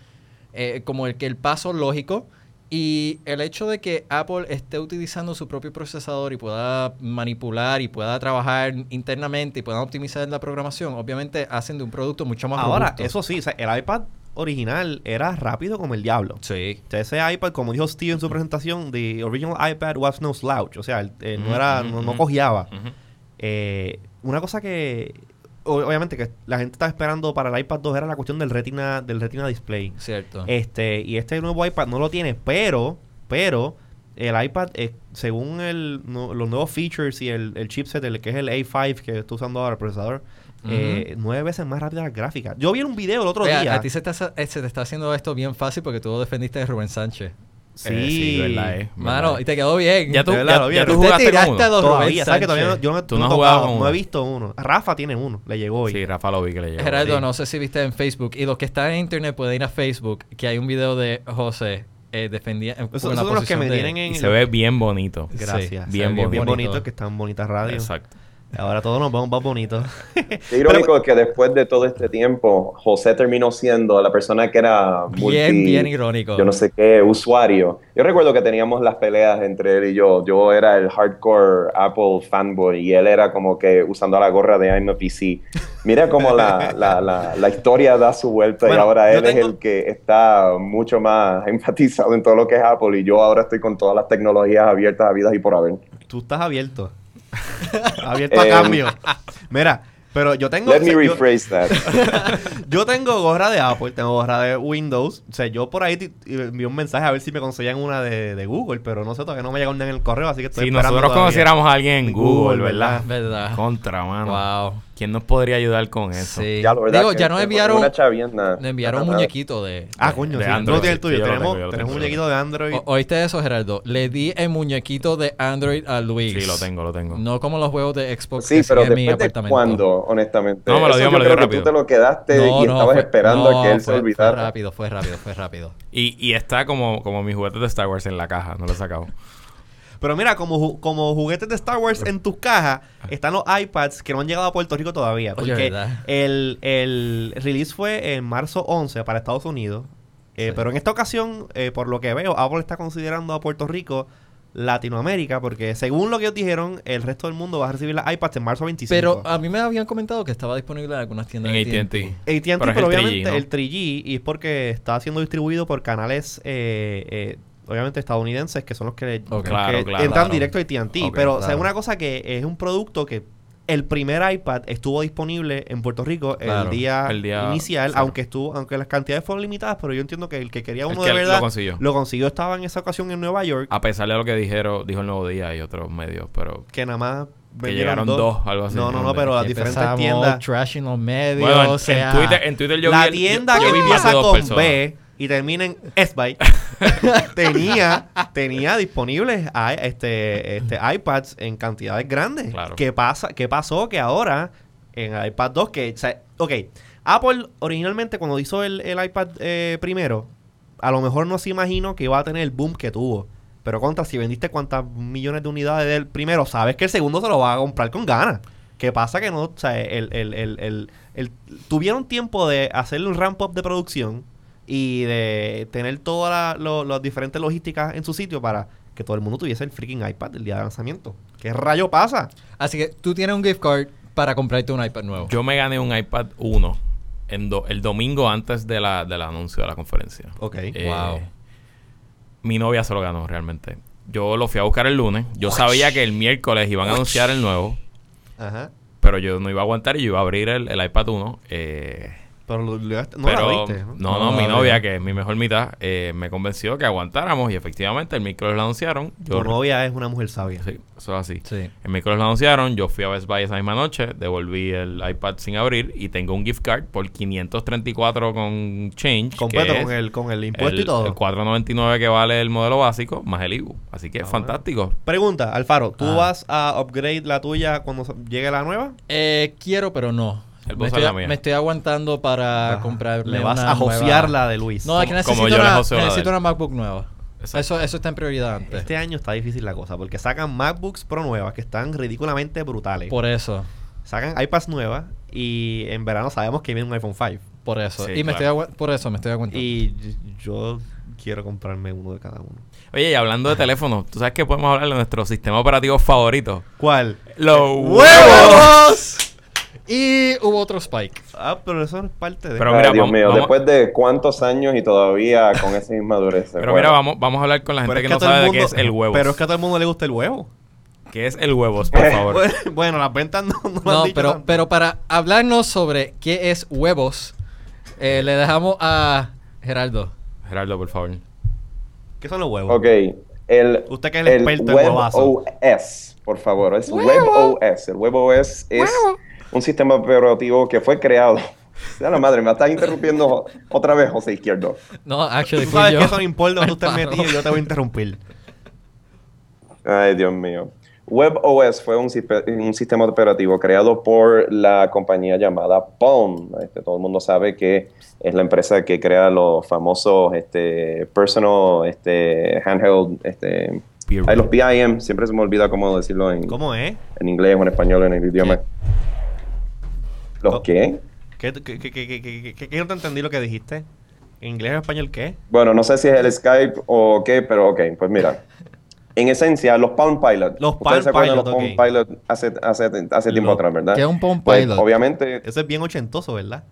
[SPEAKER 3] eh, como el que el paso lógico. Y el hecho de que Apple esté utilizando su propio procesador y pueda manipular y pueda trabajar internamente y pueda optimizar la programación, obviamente hacen de un producto mucho más
[SPEAKER 1] Ahora,
[SPEAKER 3] robusto.
[SPEAKER 1] eso sí, o sea, el iPad original era rápido como el diablo.
[SPEAKER 3] Sí.
[SPEAKER 1] O sea, ese iPad, como dijo Steve en su presentación, the original iPad was no slouch. O sea, el- el no era, no, no cojeaba.
[SPEAKER 2] Ujú.
[SPEAKER 1] Eh, una cosa que o- obviamente que la gente estaba esperando para el iPad 2 era la cuestión del retina, del retina display.
[SPEAKER 3] Cierto.
[SPEAKER 1] Este, y este nuevo iPad no lo tiene, pero, pero, el iPad, eh, según el, no- los nuevos features y el, el chipset, el que es el A5 que está usando ahora el procesador, eh, nueve veces más rápida la gráfica. Yo vi un video el otro
[SPEAKER 3] Vea,
[SPEAKER 1] día.
[SPEAKER 3] A ti se te, hace- eh, se te está haciendo esto bien fácil porque tú defendiste a Rubén Sánchez.
[SPEAKER 1] sí,
[SPEAKER 2] Eh, sí, verdad, eh.
[SPEAKER 3] Mano,
[SPEAKER 2] Verdad.
[SPEAKER 3] y te quedó bien.
[SPEAKER 2] Ya tú,
[SPEAKER 1] de verdad,
[SPEAKER 2] ya-
[SPEAKER 1] lo
[SPEAKER 2] ya
[SPEAKER 1] vieron.
[SPEAKER 2] tú
[SPEAKER 3] Usted
[SPEAKER 2] jugaste con
[SPEAKER 3] tiraste
[SPEAKER 2] uno.
[SPEAKER 3] a dos
[SPEAKER 1] Todavía, ¿sabes que todavía no, yo no,
[SPEAKER 2] Tú
[SPEAKER 1] no
[SPEAKER 2] no
[SPEAKER 1] he
[SPEAKER 2] has
[SPEAKER 1] tocado,
[SPEAKER 2] jugado con
[SPEAKER 1] no he
[SPEAKER 2] uno.
[SPEAKER 1] visto uno. Rafa tiene uno, le llegó hoy.
[SPEAKER 2] Sí, Rafa lo vi que le llegó.
[SPEAKER 3] Gerardo,
[SPEAKER 2] Sí.
[SPEAKER 3] no sé si viste en Facebook. Y los que están en internet pueden ir a Facebook, que hay un video de José eh, defendiendo.
[SPEAKER 1] Esos- esos son los que me tienen en...
[SPEAKER 2] Y se ve bien bonito.
[SPEAKER 3] Sí,
[SPEAKER 1] Gracias.
[SPEAKER 3] se
[SPEAKER 2] bien
[SPEAKER 1] Se ve
[SPEAKER 2] bonito.
[SPEAKER 1] que están bonitas radios.
[SPEAKER 2] Exacto.
[SPEAKER 1] Ahora todos nos vamos más bonitos.
[SPEAKER 4] Qué irónico es que después de todo este tiempo, José terminó siendo la persona que era
[SPEAKER 3] Bien, bien irónico.
[SPEAKER 4] yo no sé qué, usuario. Yo recuerdo que teníamos las peleas entre él y yo. Yo era el hardcore Apple fanboy y él era como que usando la gorra de I'm a PC. Mira cómo la, la, la, la historia da su vuelta y
[SPEAKER 1] Bueno,
[SPEAKER 4] ahora
[SPEAKER 1] yo
[SPEAKER 4] él es
[SPEAKER 1] tengo-
[SPEAKER 4] el que está mucho más enfatizado en todo lo que es Apple y yo ahora estoy con todas las tecnologías abiertas, habidas y por haber.
[SPEAKER 1] Tú estás abierto. abierto a
[SPEAKER 4] Eh,
[SPEAKER 1] cambio. Mira, pero yo tengo.
[SPEAKER 4] Let me
[SPEAKER 1] yo-
[SPEAKER 4] rephrase that.
[SPEAKER 1] Yo tengo gorra de Apple, tengo gorra de Windows. O sea, yo por ahí ti- envié un mensaje a ver si me conseguían una de, de Google, pero no sé, todavía no me llega una en el correo, así que estoy
[SPEAKER 2] Si
[SPEAKER 1] esperando
[SPEAKER 2] nosotros
[SPEAKER 1] todavía.
[SPEAKER 2] conociéramos a alguien en Google,
[SPEAKER 1] Google,
[SPEAKER 2] ¿verdad?
[SPEAKER 3] ¿Verdad?
[SPEAKER 2] Contra, mano.
[SPEAKER 3] Wow.
[SPEAKER 2] ¿Quién nos podría ayudar con eso?
[SPEAKER 3] Ah. Sí.
[SPEAKER 4] Ya, lo verdad
[SPEAKER 3] Digo,
[SPEAKER 4] que
[SPEAKER 3] ya nos
[SPEAKER 4] te ponen
[SPEAKER 3] enviaron,
[SPEAKER 4] Una chavienda.
[SPEAKER 3] nos enviaron un
[SPEAKER 4] Nada.
[SPEAKER 3] muñequito de.
[SPEAKER 1] Ah,
[SPEAKER 3] de-
[SPEAKER 1] coño,
[SPEAKER 2] De
[SPEAKER 1] sí, tú
[SPEAKER 2] Android,
[SPEAKER 1] no tienes el
[SPEAKER 2] sí,
[SPEAKER 1] tuyo.
[SPEAKER 2] yo lo
[SPEAKER 1] tenemos
[SPEAKER 2] tengo, yo lo
[SPEAKER 1] tenemos un
[SPEAKER 2] tengo.
[SPEAKER 1] muñequito de Android.
[SPEAKER 3] O- ¿Oíste eso, Gerardo? Le di el muñequito de Android a Luis.
[SPEAKER 2] Sí, lo tengo, lo tengo.
[SPEAKER 3] No como los juegos de Xbox
[SPEAKER 4] Sí,
[SPEAKER 3] que
[SPEAKER 4] pero
[SPEAKER 3] siguen en mi
[SPEAKER 4] después de
[SPEAKER 3] apartamento.
[SPEAKER 4] cuándo, honestamente.
[SPEAKER 2] No, me lo
[SPEAKER 4] Eso
[SPEAKER 2] dio,
[SPEAKER 4] yo
[SPEAKER 2] me lo dio
[SPEAKER 4] creo que
[SPEAKER 2] rápido.
[SPEAKER 4] Tú te lo quedaste
[SPEAKER 3] No,
[SPEAKER 4] este, y
[SPEAKER 3] no,
[SPEAKER 4] estabas
[SPEAKER 3] fue-
[SPEAKER 4] esperando a que
[SPEAKER 3] no,
[SPEAKER 4] él
[SPEAKER 3] fue-
[SPEAKER 4] se olvidara.
[SPEAKER 3] Fue rápido, fue rápido, fue rápido.
[SPEAKER 2] Y, y está como, como mis juguetes de Star Wars en la caja, no lo he sacado.
[SPEAKER 1] Pero mira, como, ju- como juguetes de Star Wars en tus cajas, están los iPads que no han llegado a Puerto Rico todavía.
[SPEAKER 3] Ah. Oye,
[SPEAKER 1] Porque
[SPEAKER 3] ¿verdad?
[SPEAKER 1] el, el release fue en marzo 11 para Estados Unidos. Eh,
[SPEAKER 3] Sí.
[SPEAKER 1] Pero en esta ocasión, eh, por lo que veo, Apple está considerando a Puerto Rico Latinoamérica, porque según lo que ellos dijeron, el resto del mundo va a recibir las iPads en marzo 25.
[SPEAKER 3] Pero a mí me habían comentado que estaba disponible en algunas tiendas
[SPEAKER 2] En
[SPEAKER 3] de
[SPEAKER 2] AT&T.
[SPEAKER 1] AT&T, pero,
[SPEAKER 2] Pero es el 3G,
[SPEAKER 1] obviamente
[SPEAKER 2] ¿no?
[SPEAKER 1] el 3G, y es porque está siendo distribuido por canales, eh, eh, obviamente estadounidenses, que son los que,
[SPEAKER 3] Ok.
[SPEAKER 1] que
[SPEAKER 2] Claro, claro,
[SPEAKER 1] entran
[SPEAKER 2] claro.
[SPEAKER 1] directo a AT&T.
[SPEAKER 2] Ok,
[SPEAKER 1] pero o sea,
[SPEAKER 3] claro.
[SPEAKER 1] una cosa que es un producto que el primer iPad estuvo disponible en Puerto Rico el,
[SPEAKER 3] Claro,
[SPEAKER 1] día
[SPEAKER 2] el día
[SPEAKER 1] inicial,
[SPEAKER 2] cero.
[SPEAKER 1] aunque estuvo aunque las cantidades fueron limitadas, pero yo entiendo que el que quería
[SPEAKER 2] El
[SPEAKER 1] uno
[SPEAKER 2] que
[SPEAKER 1] de
[SPEAKER 2] lo
[SPEAKER 1] verdad
[SPEAKER 2] consiguió. Ah.
[SPEAKER 1] lo consiguió, estaba en esa ocasión en Nueva York,
[SPEAKER 2] A pesar de lo que dijeron, dijo el Nuevo Día y otros medios, pero...
[SPEAKER 1] que nada más
[SPEAKER 2] Que
[SPEAKER 1] vendieron
[SPEAKER 2] llegaron dos, algo así,
[SPEAKER 1] No, no, no,
[SPEAKER 2] hombre.
[SPEAKER 1] pero las
[SPEAKER 3] Y
[SPEAKER 1] diferentes
[SPEAKER 3] empezamos
[SPEAKER 1] tiendas...
[SPEAKER 3] trashing los medios,
[SPEAKER 2] Bueno, en,
[SPEAKER 3] o sea,
[SPEAKER 2] en Twitter, en Twitter yo
[SPEAKER 1] la
[SPEAKER 2] vi... el-
[SPEAKER 1] tienda
[SPEAKER 2] yo-
[SPEAKER 1] que
[SPEAKER 2] yo vi más de
[SPEAKER 1] empieza
[SPEAKER 2] dos
[SPEAKER 1] con
[SPEAKER 2] personas.
[SPEAKER 1] B y termina en S-Bike tenía, tenía disponibles a- este, este iPads en cantidades grandes.
[SPEAKER 2] Claro.
[SPEAKER 1] ¿Qué, pasa, ¿Qué pasó? Que ahora en el iPad 2, que... o sea, ok, Apple originalmente cuando hizo el, el iPad eh, primero, a lo mejor no se imaginó que iba a tener el boom que tuvo. Pero contra, si vendiste cuántas millones de unidades del primero, sabes que el segundo se lo va a comprar con ganas. ¿Qué pasa? Que no, o sea, el, el, el, el- el- tuvieron tiempo de hacerle un ramp up de producción y de tener todas la- lo- las diferentes logísticas en su sitio para que todo el mundo tuviese el freaking iPad el día de lanzamiento. ¿Qué rayo pasa?
[SPEAKER 3] Así que tú tienes un gift card para comprarte un iPad nuevo.
[SPEAKER 2] Yo me gané un iPad 1 en do- el domingo antes de la, del anuncio de la conferencia.
[SPEAKER 1] Ok.
[SPEAKER 2] Eh,
[SPEAKER 3] Wow.
[SPEAKER 2] Mi novia se lo ganó realmente. Yo lo fui a buscar el lunes. Yo sabía que el miércoles iban a anunciar el nuevo,
[SPEAKER 1] Ajá.
[SPEAKER 2] pero yo no iba a aguantar y yo iba a abrir el, el iPad 1. eh,
[SPEAKER 1] Pero lo- lo- no
[SPEAKER 2] pero,
[SPEAKER 1] la viste. ¿no?
[SPEAKER 2] No, no,
[SPEAKER 3] No la
[SPEAKER 2] mi
[SPEAKER 3] abrí.
[SPEAKER 2] novia, que es mi mejor mitad, eh, me convenció que aguantáramos y efectivamente el miércoles lo anunciaron. Yo,
[SPEAKER 1] Tu novia es una mujer sabia.
[SPEAKER 2] Sí, eso es así.
[SPEAKER 3] Sí.
[SPEAKER 2] El miércoles lo anunciaron, yo fui a Best Buy esa misma noche, devolví el iPad sin abrir y tengo un gift card por 534 con change.
[SPEAKER 1] Completo
[SPEAKER 2] que
[SPEAKER 1] con
[SPEAKER 2] es
[SPEAKER 1] el, con el impuesto y todo.
[SPEAKER 2] el 4.99 que vale el modelo básico más el IBU. Así que
[SPEAKER 1] Ah,
[SPEAKER 2] fantástico.
[SPEAKER 1] Pregunta, Alfaro, ¿tú
[SPEAKER 3] Ah.
[SPEAKER 1] vas a upgrade la tuya cuando sa- llegue la nueva?
[SPEAKER 3] Eh, quiero, pero no.
[SPEAKER 2] El
[SPEAKER 3] Me
[SPEAKER 2] bozo
[SPEAKER 3] estoy,
[SPEAKER 2] es la mía. Ah,
[SPEAKER 3] me estoy aguantando para comprarle
[SPEAKER 1] Le vas
[SPEAKER 3] una
[SPEAKER 1] a josear
[SPEAKER 3] nueva-
[SPEAKER 1] la de Luis.
[SPEAKER 3] No, es que
[SPEAKER 2] Como- como
[SPEAKER 3] necesito,
[SPEAKER 2] yo le
[SPEAKER 3] una,
[SPEAKER 2] joseo la de
[SPEAKER 3] necesito
[SPEAKER 2] él.
[SPEAKER 3] una MacBook nueva.
[SPEAKER 2] Exacto.
[SPEAKER 3] Eso, eso está en prioridad antes.
[SPEAKER 1] Este año está difícil la cosa porque sacan MacBooks Pro nuevas que están ridículamente brutales.
[SPEAKER 3] Por eso.
[SPEAKER 1] Sacan iPads nuevas y en verano sabemos que viene un iPhone 5.
[SPEAKER 3] Por eso.
[SPEAKER 2] Sí,
[SPEAKER 3] y me
[SPEAKER 2] claro.
[SPEAKER 3] estoy agu- por eso me estoy aguantando.
[SPEAKER 1] Y y yo quiero comprarme uno de cada uno.
[SPEAKER 2] Oye, y hablando de teléfono, tú sabes que podemos hablar de nuestro sistema operativo favorito.
[SPEAKER 1] ¿Cuál?
[SPEAKER 2] Los
[SPEAKER 3] ¡Huevos! Y hubo otro spike.
[SPEAKER 1] Ah, pero eso no es parte de...
[SPEAKER 2] Pero
[SPEAKER 4] Ay,
[SPEAKER 2] mira,
[SPEAKER 4] Dios
[SPEAKER 2] vamos-
[SPEAKER 4] mío,
[SPEAKER 2] vamos-
[SPEAKER 4] después de cuántos años y todavía con esa inmadurez.
[SPEAKER 2] Pero
[SPEAKER 4] bueno.
[SPEAKER 2] mira, vamos, vamos a hablar con la gente
[SPEAKER 1] Pero es
[SPEAKER 2] que
[SPEAKER 1] que a
[SPEAKER 2] no
[SPEAKER 1] todo el
[SPEAKER 2] sabe de qué es
[SPEAKER 1] mundo-
[SPEAKER 2] el huevo.
[SPEAKER 1] Pero es que a todo el mundo le gusta el huevo.
[SPEAKER 2] ¿Qué es el huevos, por favor?
[SPEAKER 1] Bueno, bueno, las ventas no, no, lo han
[SPEAKER 3] No,
[SPEAKER 1] dicho
[SPEAKER 3] pero,
[SPEAKER 1] tanto.
[SPEAKER 3] pero para hablarnos sobre qué es huevos, eh, le dejamos a Geraldo.
[SPEAKER 2] Gerardo, por favor.
[SPEAKER 1] ¿Qué son los huevos?
[SPEAKER 4] Ok. El,
[SPEAKER 1] Usted que es el experto en
[SPEAKER 4] Web
[SPEAKER 1] huevazo.
[SPEAKER 4] OS, por favor. Es Web OS. El Web OS es un sistema operativo que fue creado. Ya la madre, me estás interrumpiendo otra vez, José Izquierdo.
[SPEAKER 3] No, actually,
[SPEAKER 1] Tú
[SPEAKER 3] fui
[SPEAKER 1] sabes
[SPEAKER 3] yo.
[SPEAKER 1] que eso no importa donde tú estés
[SPEAKER 3] Bárbaro.
[SPEAKER 1] metido y yo te voy a interrumpir.
[SPEAKER 4] Ay, Dios mío. WebOS fue un, sispe- un sistema operativo creado por la compañía llamada Palm. Este, todo el mundo sabe que es la empresa que crea los famosos este, personal este, handheld. Este, ay, los PIM, siempre se me olvida cómo decirlo en,
[SPEAKER 1] ¿Cómo es?
[SPEAKER 4] en inglés o en español, en el idioma. ¿Los
[SPEAKER 1] Oh.
[SPEAKER 4] qué?
[SPEAKER 1] ¿Qué, qué, qué, qué, qué, qué- qué- qué no te entendí lo que dijiste? ¿En inglés o en español qué?
[SPEAKER 4] Bueno, no sé si es el Skype o qué, pero ok, pues mira. En esencia, los Palm Pilot.
[SPEAKER 1] Los
[SPEAKER 4] ¿Ustedes se
[SPEAKER 1] Palm
[SPEAKER 4] acuerdan de los
[SPEAKER 1] Pilot,
[SPEAKER 4] Palm Pilot hace, hace, hace tiempo
[SPEAKER 1] Lo-
[SPEAKER 4] atrás, verdad?
[SPEAKER 3] Que es un Palm
[SPEAKER 4] Pues,
[SPEAKER 3] Pilot,
[SPEAKER 4] Obviamente,
[SPEAKER 1] Eso es bien ochentoso, ¿verdad?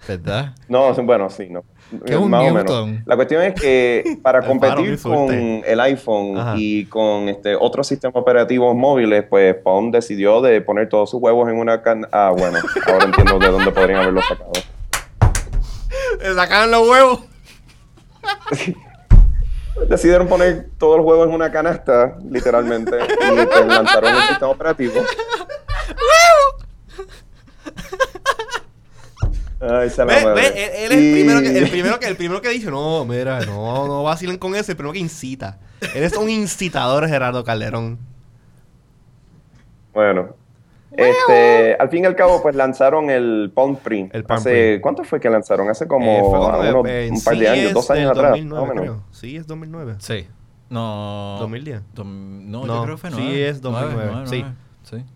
[SPEAKER 3] ¿verdad?
[SPEAKER 4] no, bueno, sí, no.
[SPEAKER 3] Que es un
[SPEAKER 4] Más o
[SPEAKER 3] Newton.
[SPEAKER 4] menos. La cuestión es que para
[SPEAKER 1] El varón
[SPEAKER 4] competir
[SPEAKER 1] insulte.
[SPEAKER 4] con el iPhone
[SPEAKER 1] Ajá.
[SPEAKER 4] y con este otros sistemas operativos móviles, pues Palm decidió de poner todos sus huevos en una can... Ah, bueno, ahora entiendo de dónde podrían haberlo sacado.
[SPEAKER 1] sacaron los huevos.
[SPEAKER 4] Decidieron poner todos los huevos en una canasta, literalmente, y pues, lanzaron un sistema operativo. Ay, se la
[SPEAKER 1] Ve,
[SPEAKER 4] madre.
[SPEAKER 1] ve, él, él es el
[SPEAKER 4] Y-
[SPEAKER 1] primero que, el primero que, el primero que dice, no, mira, no, no vacilen con eso, el primero que incita. Eres un incitador, Gerardo Calderón.
[SPEAKER 4] Bueno. Este, al fin y al cabo, pues lanzaron el Palm Print.
[SPEAKER 1] El Palm
[SPEAKER 4] Hace-
[SPEAKER 1] Print.
[SPEAKER 4] ¿Cuánto fue que lanzaron? Hace
[SPEAKER 1] Eh,
[SPEAKER 4] como, ah,
[SPEAKER 1] fue como,
[SPEAKER 4] unos-
[SPEAKER 1] eh, en
[SPEAKER 4] un par de años,
[SPEAKER 1] CES
[SPEAKER 4] dos años
[SPEAKER 1] del
[SPEAKER 4] atrás.
[SPEAKER 1] 2009,
[SPEAKER 4] más o menos.
[SPEAKER 1] creo. Sí, es 2009.
[SPEAKER 3] Sí. No.
[SPEAKER 1] 2010.
[SPEAKER 3] Dom- no,
[SPEAKER 1] No,
[SPEAKER 3] yo creo que fue
[SPEAKER 1] sí,
[SPEAKER 3] nueve.
[SPEAKER 1] es 2009,
[SPEAKER 3] Nueve, nueve,
[SPEAKER 1] sí.
[SPEAKER 3] nueve, sí.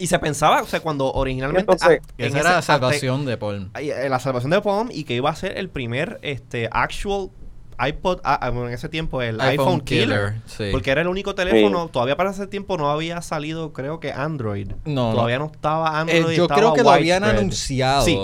[SPEAKER 1] Y se pensaba, o sea, cuando originalmente...
[SPEAKER 4] Entonces-
[SPEAKER 1] ah,
[SPEAKER 3] Que
[SPEAKER 1] en
[SPEAKER 3] esa era
[SPEAKER 1] ese-
[SPEAKER 3] la salvación de Paul.
[SPEAKER 1] ay, eh, la salvación de Palm y que iba a ser el primer este actual iPod ah, ah, bueno, en ese tiempo el iPhone, killer,
[SPEAKER 3] sí. Eh,
[SPEAKER 1] porque era el único teléfono todavía para ese tiempo no había salido creo que Android
[SPEAKER 3] No, no.
[SPEAKER 1] todavía no, estaba
[SPEAKER 3] Eh,
[SPEAKER 1] Android
[SPEAKER 3] yo
[SPEAKER 1] estaba
[SPEAKER 3] creo que lo habían
[SPEAKER 1] widespread.
[SPEAKER 3] anunciado.
[SPEAKER 1] Sí,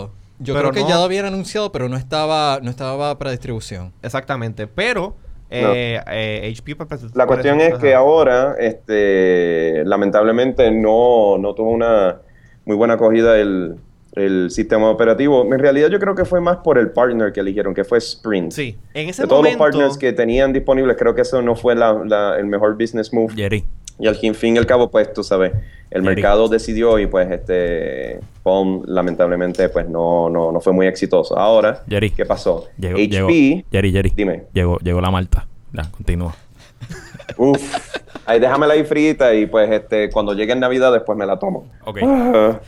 [SPEAKER 3] yo
[SPEAKER 1] pero
[SPEAKER 3] creo que
[SPEAKER 1] no-
[SPEAKER 3] ya lo habían anunciado, pero no estaba, no estaba para distribución.
[SPEAKER 1] exactamente pero eh, eh, HP
[SPEAKER 4] La cuestión es que ahora, este, lamentablemente, no, no tuvo una muy buena acogida el, el sistema operativo. En realidad, yo creo que fue más por el partner que eligieron, que fue Sprint.
[SPEAKER 1] sí en ese
[SPEAKER 4] De todos los
[SPEAKER 1] momento
[SPEAKER 4] partners que tenían disponibles, creo que eso no fue la- la- el mejor business move.
[SPEAKER 2] Jerry.
[SPEAKER 4] Y al fin y al cabo, pues tú sabes, el
[SPEAKER 2] Eric.
[SPEAKER 4] mercado decidió y pues este Palm lamentablemente pues no, no, no fue muy exitoso. Ahora,
[SPEAKER 2] Jerry.
[SPEAKER 4] ¿qué pasó?
[SPEAKER 2] Llegó, llegó.
[SPEAKER 4] HP,
[SPEAKER 2] Jerry, Jerry.
[SPEAKER 4] Dime.
[SPEAKER 2] Llegó, llegó la Malta. Ya, continúa.
[SPEAKER 4] uff, ahí déjamela ahí frita y pues este cuando llegue en Navidad después me la tomo.
[SPEAKER 2] Ok.
[SPEAKER 4] Ah,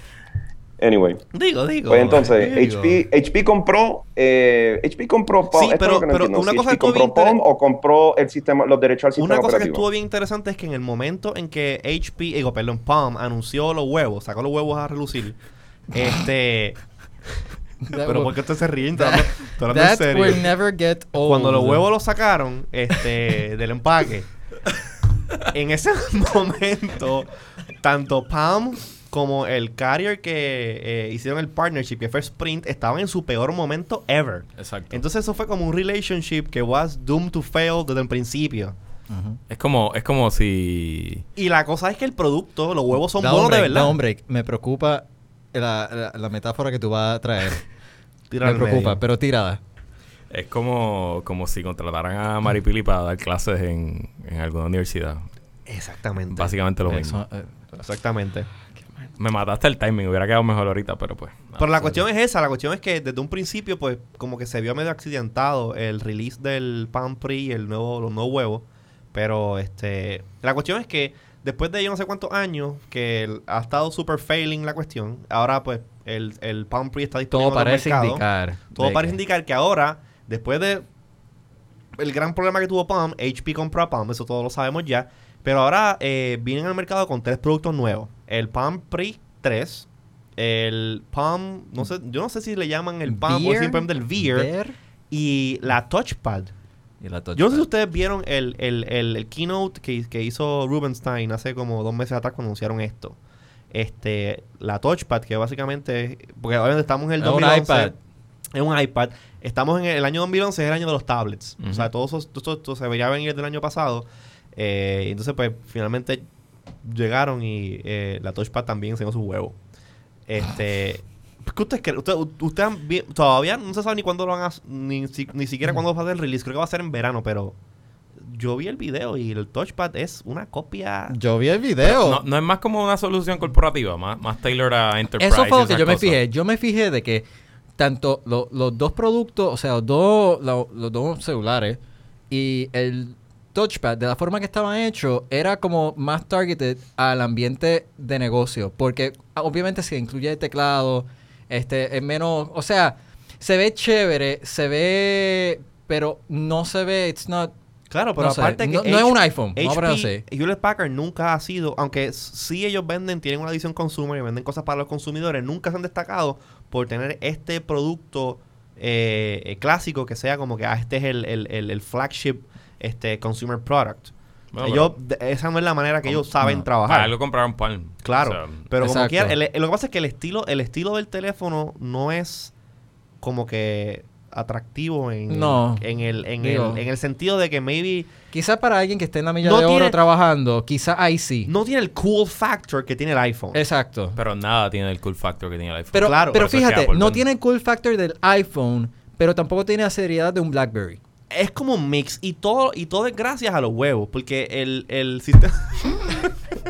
[SPEAKER 4] anyway.
[SPEAKER 1] digo digo
[SPEAKER 4] Pues entonces,
[SPEAKER 1] digo.
[SPEAKER 4] HP, HP compró, eh, HP compró Palm.
[SPEAKER 1] Sí,
[SPEAKER 4] Esto es
[SPEAKER 1] pero-
[SPEAKER 4] lo que no
[SPEAKER 1] pero
[SPEAKER 4] entiendo,
[SPEAKER 1] una
[SPEAKER 4] si
[SPEAKER 1] cosa
[SPEAKER 4] HP
[SPEAKER 1] que estuvo
[SPEAKER 4] compró Palm
[SPEAKER 1] inter-
[SPEAKER 4] o compró el sistema, los derechos al sistema
[SPEAKER 1] Una cosa que
[SPEAKER 4] operativo.
[SPEAKER 1] estuvo bien interesante es que en el momento en que HP, digo, perdón, Palm anunció los huevos, sacó los huevos a relucir, este... pero porque usted se ríe, Te hablo- te hablo en
[SPEAKER 3] That will
[SPEAKER 1] serio.
[SPEAKER 3] never get old.
[SPEAKER 1] Cuando los huevos los sacaron, este, del empaque, en ese momento, tanto Palm como el carrier que eh, hicieron el partnership, que fue Sprint, estaban en su peor momento ever.
[SPEAKER 2] Exacto.
[SPEAKER 1] Entonces eso fue como un relationship que was doomed to fail desde el principio.
[SPEAKER 3] Ujú.
[SPEAKER 2] Es como, es como si.
[SPEAKER 1] Y la cosa es que el producto, los huevos son
[SPEAKER 3] Da un
[SPEAKER 1] buenos de
[SPEAKER 3] break,
[SPEAKER 1] verdad.
[SPEAKER 3] da un break. Me preocupa la, la- la metáfora que tú vas a traer.
[SPEAKER 1] Tírala
[SPEAKER 3] Me
[SPEAKER 1] al
[SPEAKER 3] preocupa,
[SPEAKER 1] medio.
[SPEAKER 3] pero tirada.
[SPEAKER 2] Es como, como si contrataran a Maripili para dar clases en, en alguna universidad.
[SPEAKER 1] Exactamente.
[SPEAKER 2] Básicamente lo mismo.
[SPEAKER 3] Eso, eh,
[SPEAKER 1] Exactamente.
[SPEAKER 2] Me mataste el timing, hubiera quedado mejor ahorita, pero pues. nada.
[SPEAKER 1] Pero la cuestión es esa, la cuestión es que desde un principio, pues, como que se vio medio accidentado el release del Pan Pri y el nuevo, los nuevos huevos. Pero este. La cuestión es que después de yo no sé cuántos años, que el- ha estado super failing la cuestión. Ahora, pues, el, el Pan Pri está disponible
[SPEAKER 3] todo
[SPEAKER 1] en otros
[SPEAKER 3] parece
[SPEAKER 1] mercados.
[SPEAKER 3] indicar.
[SPEAKER 1] Todo
[SPEAKER 3] de
[SPEAKER 1] parece
[SPEAKER 3] que-
[SPEAKER 1] indicar que ahora, después de el gran problema que tuvo Palm, HP compró a Palm, eso todos lo sabemos ya. Pero ahora eh, vienen al mercado con tres productos nuevos. El Palm Pre 3, el Palm, no sé, yo no sé si le llaman el Palm o
[SPEAKER 3] Beer,
[SPEAKER 1] simplemente el Veer,
[SPEAKER 3] Ver
[SPEAKER 1] y la Touchpad.
[SPEAKER 6] Y la touch
[SPEAKER 1] Yo no sé si
[SPEAKER 6] pad.
[SPEAKER 1] ustedes vieron el, el- el- el keynote que, que hizo Rubenstein hace como dos meses atrás cuando anunciaron esto. Este, la touchpad, que básicamente, porque obviamente estamos en el
[SPEAKER 3] Es un
[SPEAKER 1] 2011.
[SPEAKER 3] iPad.
[SPEAKER 1] Es un iPad. Estamos en el, el año 2011, es el año de los tablets. O sea,
[SPEAKER 2] Ujú.
[SPEAKER 1] todo eso, todo eso- todo se debería venir del año pasado. Eh, entonces, pues, finalmente llegaron y eh, la touchpad también enseñó sus huevos. Este... ¿Qué ustedes creen? Usted- usted han vi- todavía no se sabe ni cuándo lo van a... Ni, si- ni siquiera cuándo va a ser el release. Creo que va a ser en verano, pero... Yo vi el video y el touchpad es una copia...
[SPEAKER 3] Yo vi el video.
[SPEAKER 2] No, no es más como una solución corporativa, más, más tailored a Enterprise.
[SPEAKER 3] Eso fue
[SPEAKER 2] y
[SPEAKER 3] lo que
[SPEAKER 2] esas
[SPEAKER 3] yo me
[SPEAKER 2] cosas.
[SPEAKER 3] fijé. Yo me fijé de que tanto lo- los dos productos, o sea, los dos, lo- los dos celulares y el touchpad, de la forma que estaba hecho, era como más targeted al ambiente de negocio. Porque ah, obviamente se incluye el teclado, este, es menos, o sea, se ve chévere, se ve, pero no se ve, it's not...
[SPEAKER 1] Claro, pero
[SPEAKER 3] No sé,
[SPEAKER 1] aparte
[SPEAKER 3] no-
[SPEAKER 1] que
[SPEAKER 3] no es un iPhone, vamos a
[SPEAKER 1] HP,
[SPEAKER 3] ponerlo así.
[SPEAKER 1] Hewlett Packard nunca ha sido, aunque sí ellos venden, tienen una edición consumer y venden cosas para los consumidores, nunca se han destacado por tener este producto eh, eh, clásico que sea como que ah, este es el, el- el- el flagship este consumer product.
[SPEAKER 2] Ah, Bueno,
[SPEAKER 1] ellos, de- esa no es la manera que ellos saben
[SPEAKER 6] no,
[SPEAKER 2] pero
[SPEAKER 1] trabajar.
[SPEAKER 2] Para algo compraron Palm.
[SPEAKER 1] Claro,
[SPEAKER 2] O sea,
[SPEAKER 1] pero como
[SPEAKER 3] Exacto.
[SPEAKER 1] quiera, el- el- lo que pasa es que el estilo, el estilo del teléfono no es como que atractivo en,
[SPEAKER 3] No.
[SPEAKER 1] en, el, en,
[SPEAKER 3] Digo.
[SPEAKER 1] el, en el sentido de que maybe
[SPEAKER 3] Quizás para alguien que esté en la milla
[SPEAKER 1] No
[SPEAKER 3] de oro
[SPEAKER 1] tiene-
[SPEAKER 3] trabajando, quizás ahí sí.
[SPEAKER 1] no tiene el cool factor que tiene el iPhone.
[SPEAKER 3] Exacto.
[SPEAKER 2] pero nada tiene el cool factor que tiene el iPhone.
[SPEAKER 3] Pero,
[SPEAKER 1] Claro,
[SPEAKER 2] por
[SPEAKER 3] pero
[SPEAKER 2] eso es que
[SPEAKER 3] fíjate,
[SPEAKER 2] Apple
[SPEAKER 3] no
[SPEAKER 2] vende.
[SPEAKER 3] tiene el cool factor del iPhone, pero tampoco tiene la seriedad de un BlackBerry.
[SPEAKER 1] Es como un mix y todo y todo es gracias a los huevos, porque el, el sistema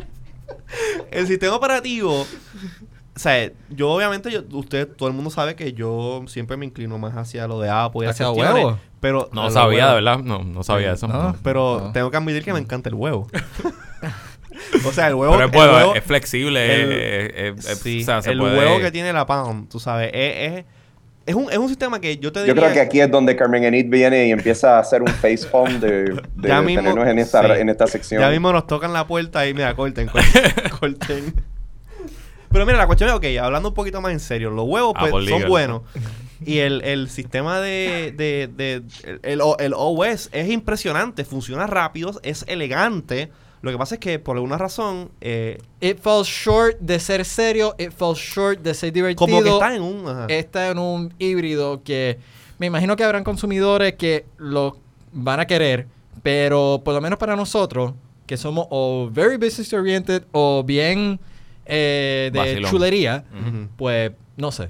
[SPEAKER 1] el sistema operativo o sea, yo obviamente yo, usted todo el mundo sabe que yo siempre me inclino más hacia lo de Apple y
[SPEAKER 3] Hacia
[SPEAKER 1] esas cuestiones,
[SPEAKER 3] huevos.
[SPEAKER 1] pero a
[SPEAKER 2] no
[SPEAKER 1] los
[SPEAKER 2] sabía,
[SPEAKER 1] huevos.
[SPEAKER 2] de verdad. No, no sabía eso.
[SPEAKER 3] No.
[SPEAKER 1] Pero
[SPEAKER 3] No.
[SPEAKER 1] tengo que admitir que me encanta el huevo. o sea, el huevo.
[SPEAKER 2] Pero es
[SPEAKER 1] el
[SPEAKER 2] bueno,
[SPEAKER 1] huevo-
[SPEAKER 2] es, es flexible.
[SPEAKER 1] el-
[SPEAKER 2] es- es- es-
[SPEAKER 1] sí,
[SPEAKER 2] o sea, se
[SPEAKER 1] el
[SPEAKER 2] puede-
[SPEAKER 1] huevo que tiene la Palm, tú sabes. Es, es, es un, es un sistema que yo te diría.
[SPEAKER 4] Yo creo que aquí es donde Carmen Enid viene y empieza a hacer un face palm de, de
[SPEAKER 1] Ya mismo-
[SPEAKER 4] tenernos en esta,
[SPEAKER 1] sí.
[SPEAKER 4] en esta sección.
[SPEAKER 1] Ya mismo nos tocan la puerta y mira, corten, corten. corten. Pero mira, la cuestión es, ok, hablando un poquito más en serio, los huevos
[SPEAKER 3] Ah,
[SPEAKER 1] pues,
[SPEAKER 2] Apple
[SPEAKER 1] son
[SPEAKER 2] Legal.
[SPEAKER 1] buenos. Y el, el sistema de, de- de- el- el, O- el OS es impresionante, funciona rápido, es elegante. Lo que pasa es que por alguna razón eh,
[SPEAKER 3] It falls short de ser serio, it falls short de ser divertido.
[SPEAKER 1] Como que está en un. ajá.
[SPEAKER 3] Está en un híbrido que me imagino que habrán consumidores que lo van a querer, pero por lo menos para nosotros, que somos o very business oriented o bien eh, de
[SPEAKER 2] Vacilón.
[SPEAKER 3] chulería,
[SPEAKER 1] Ujú.
[SPEAKER 3] pues no sé.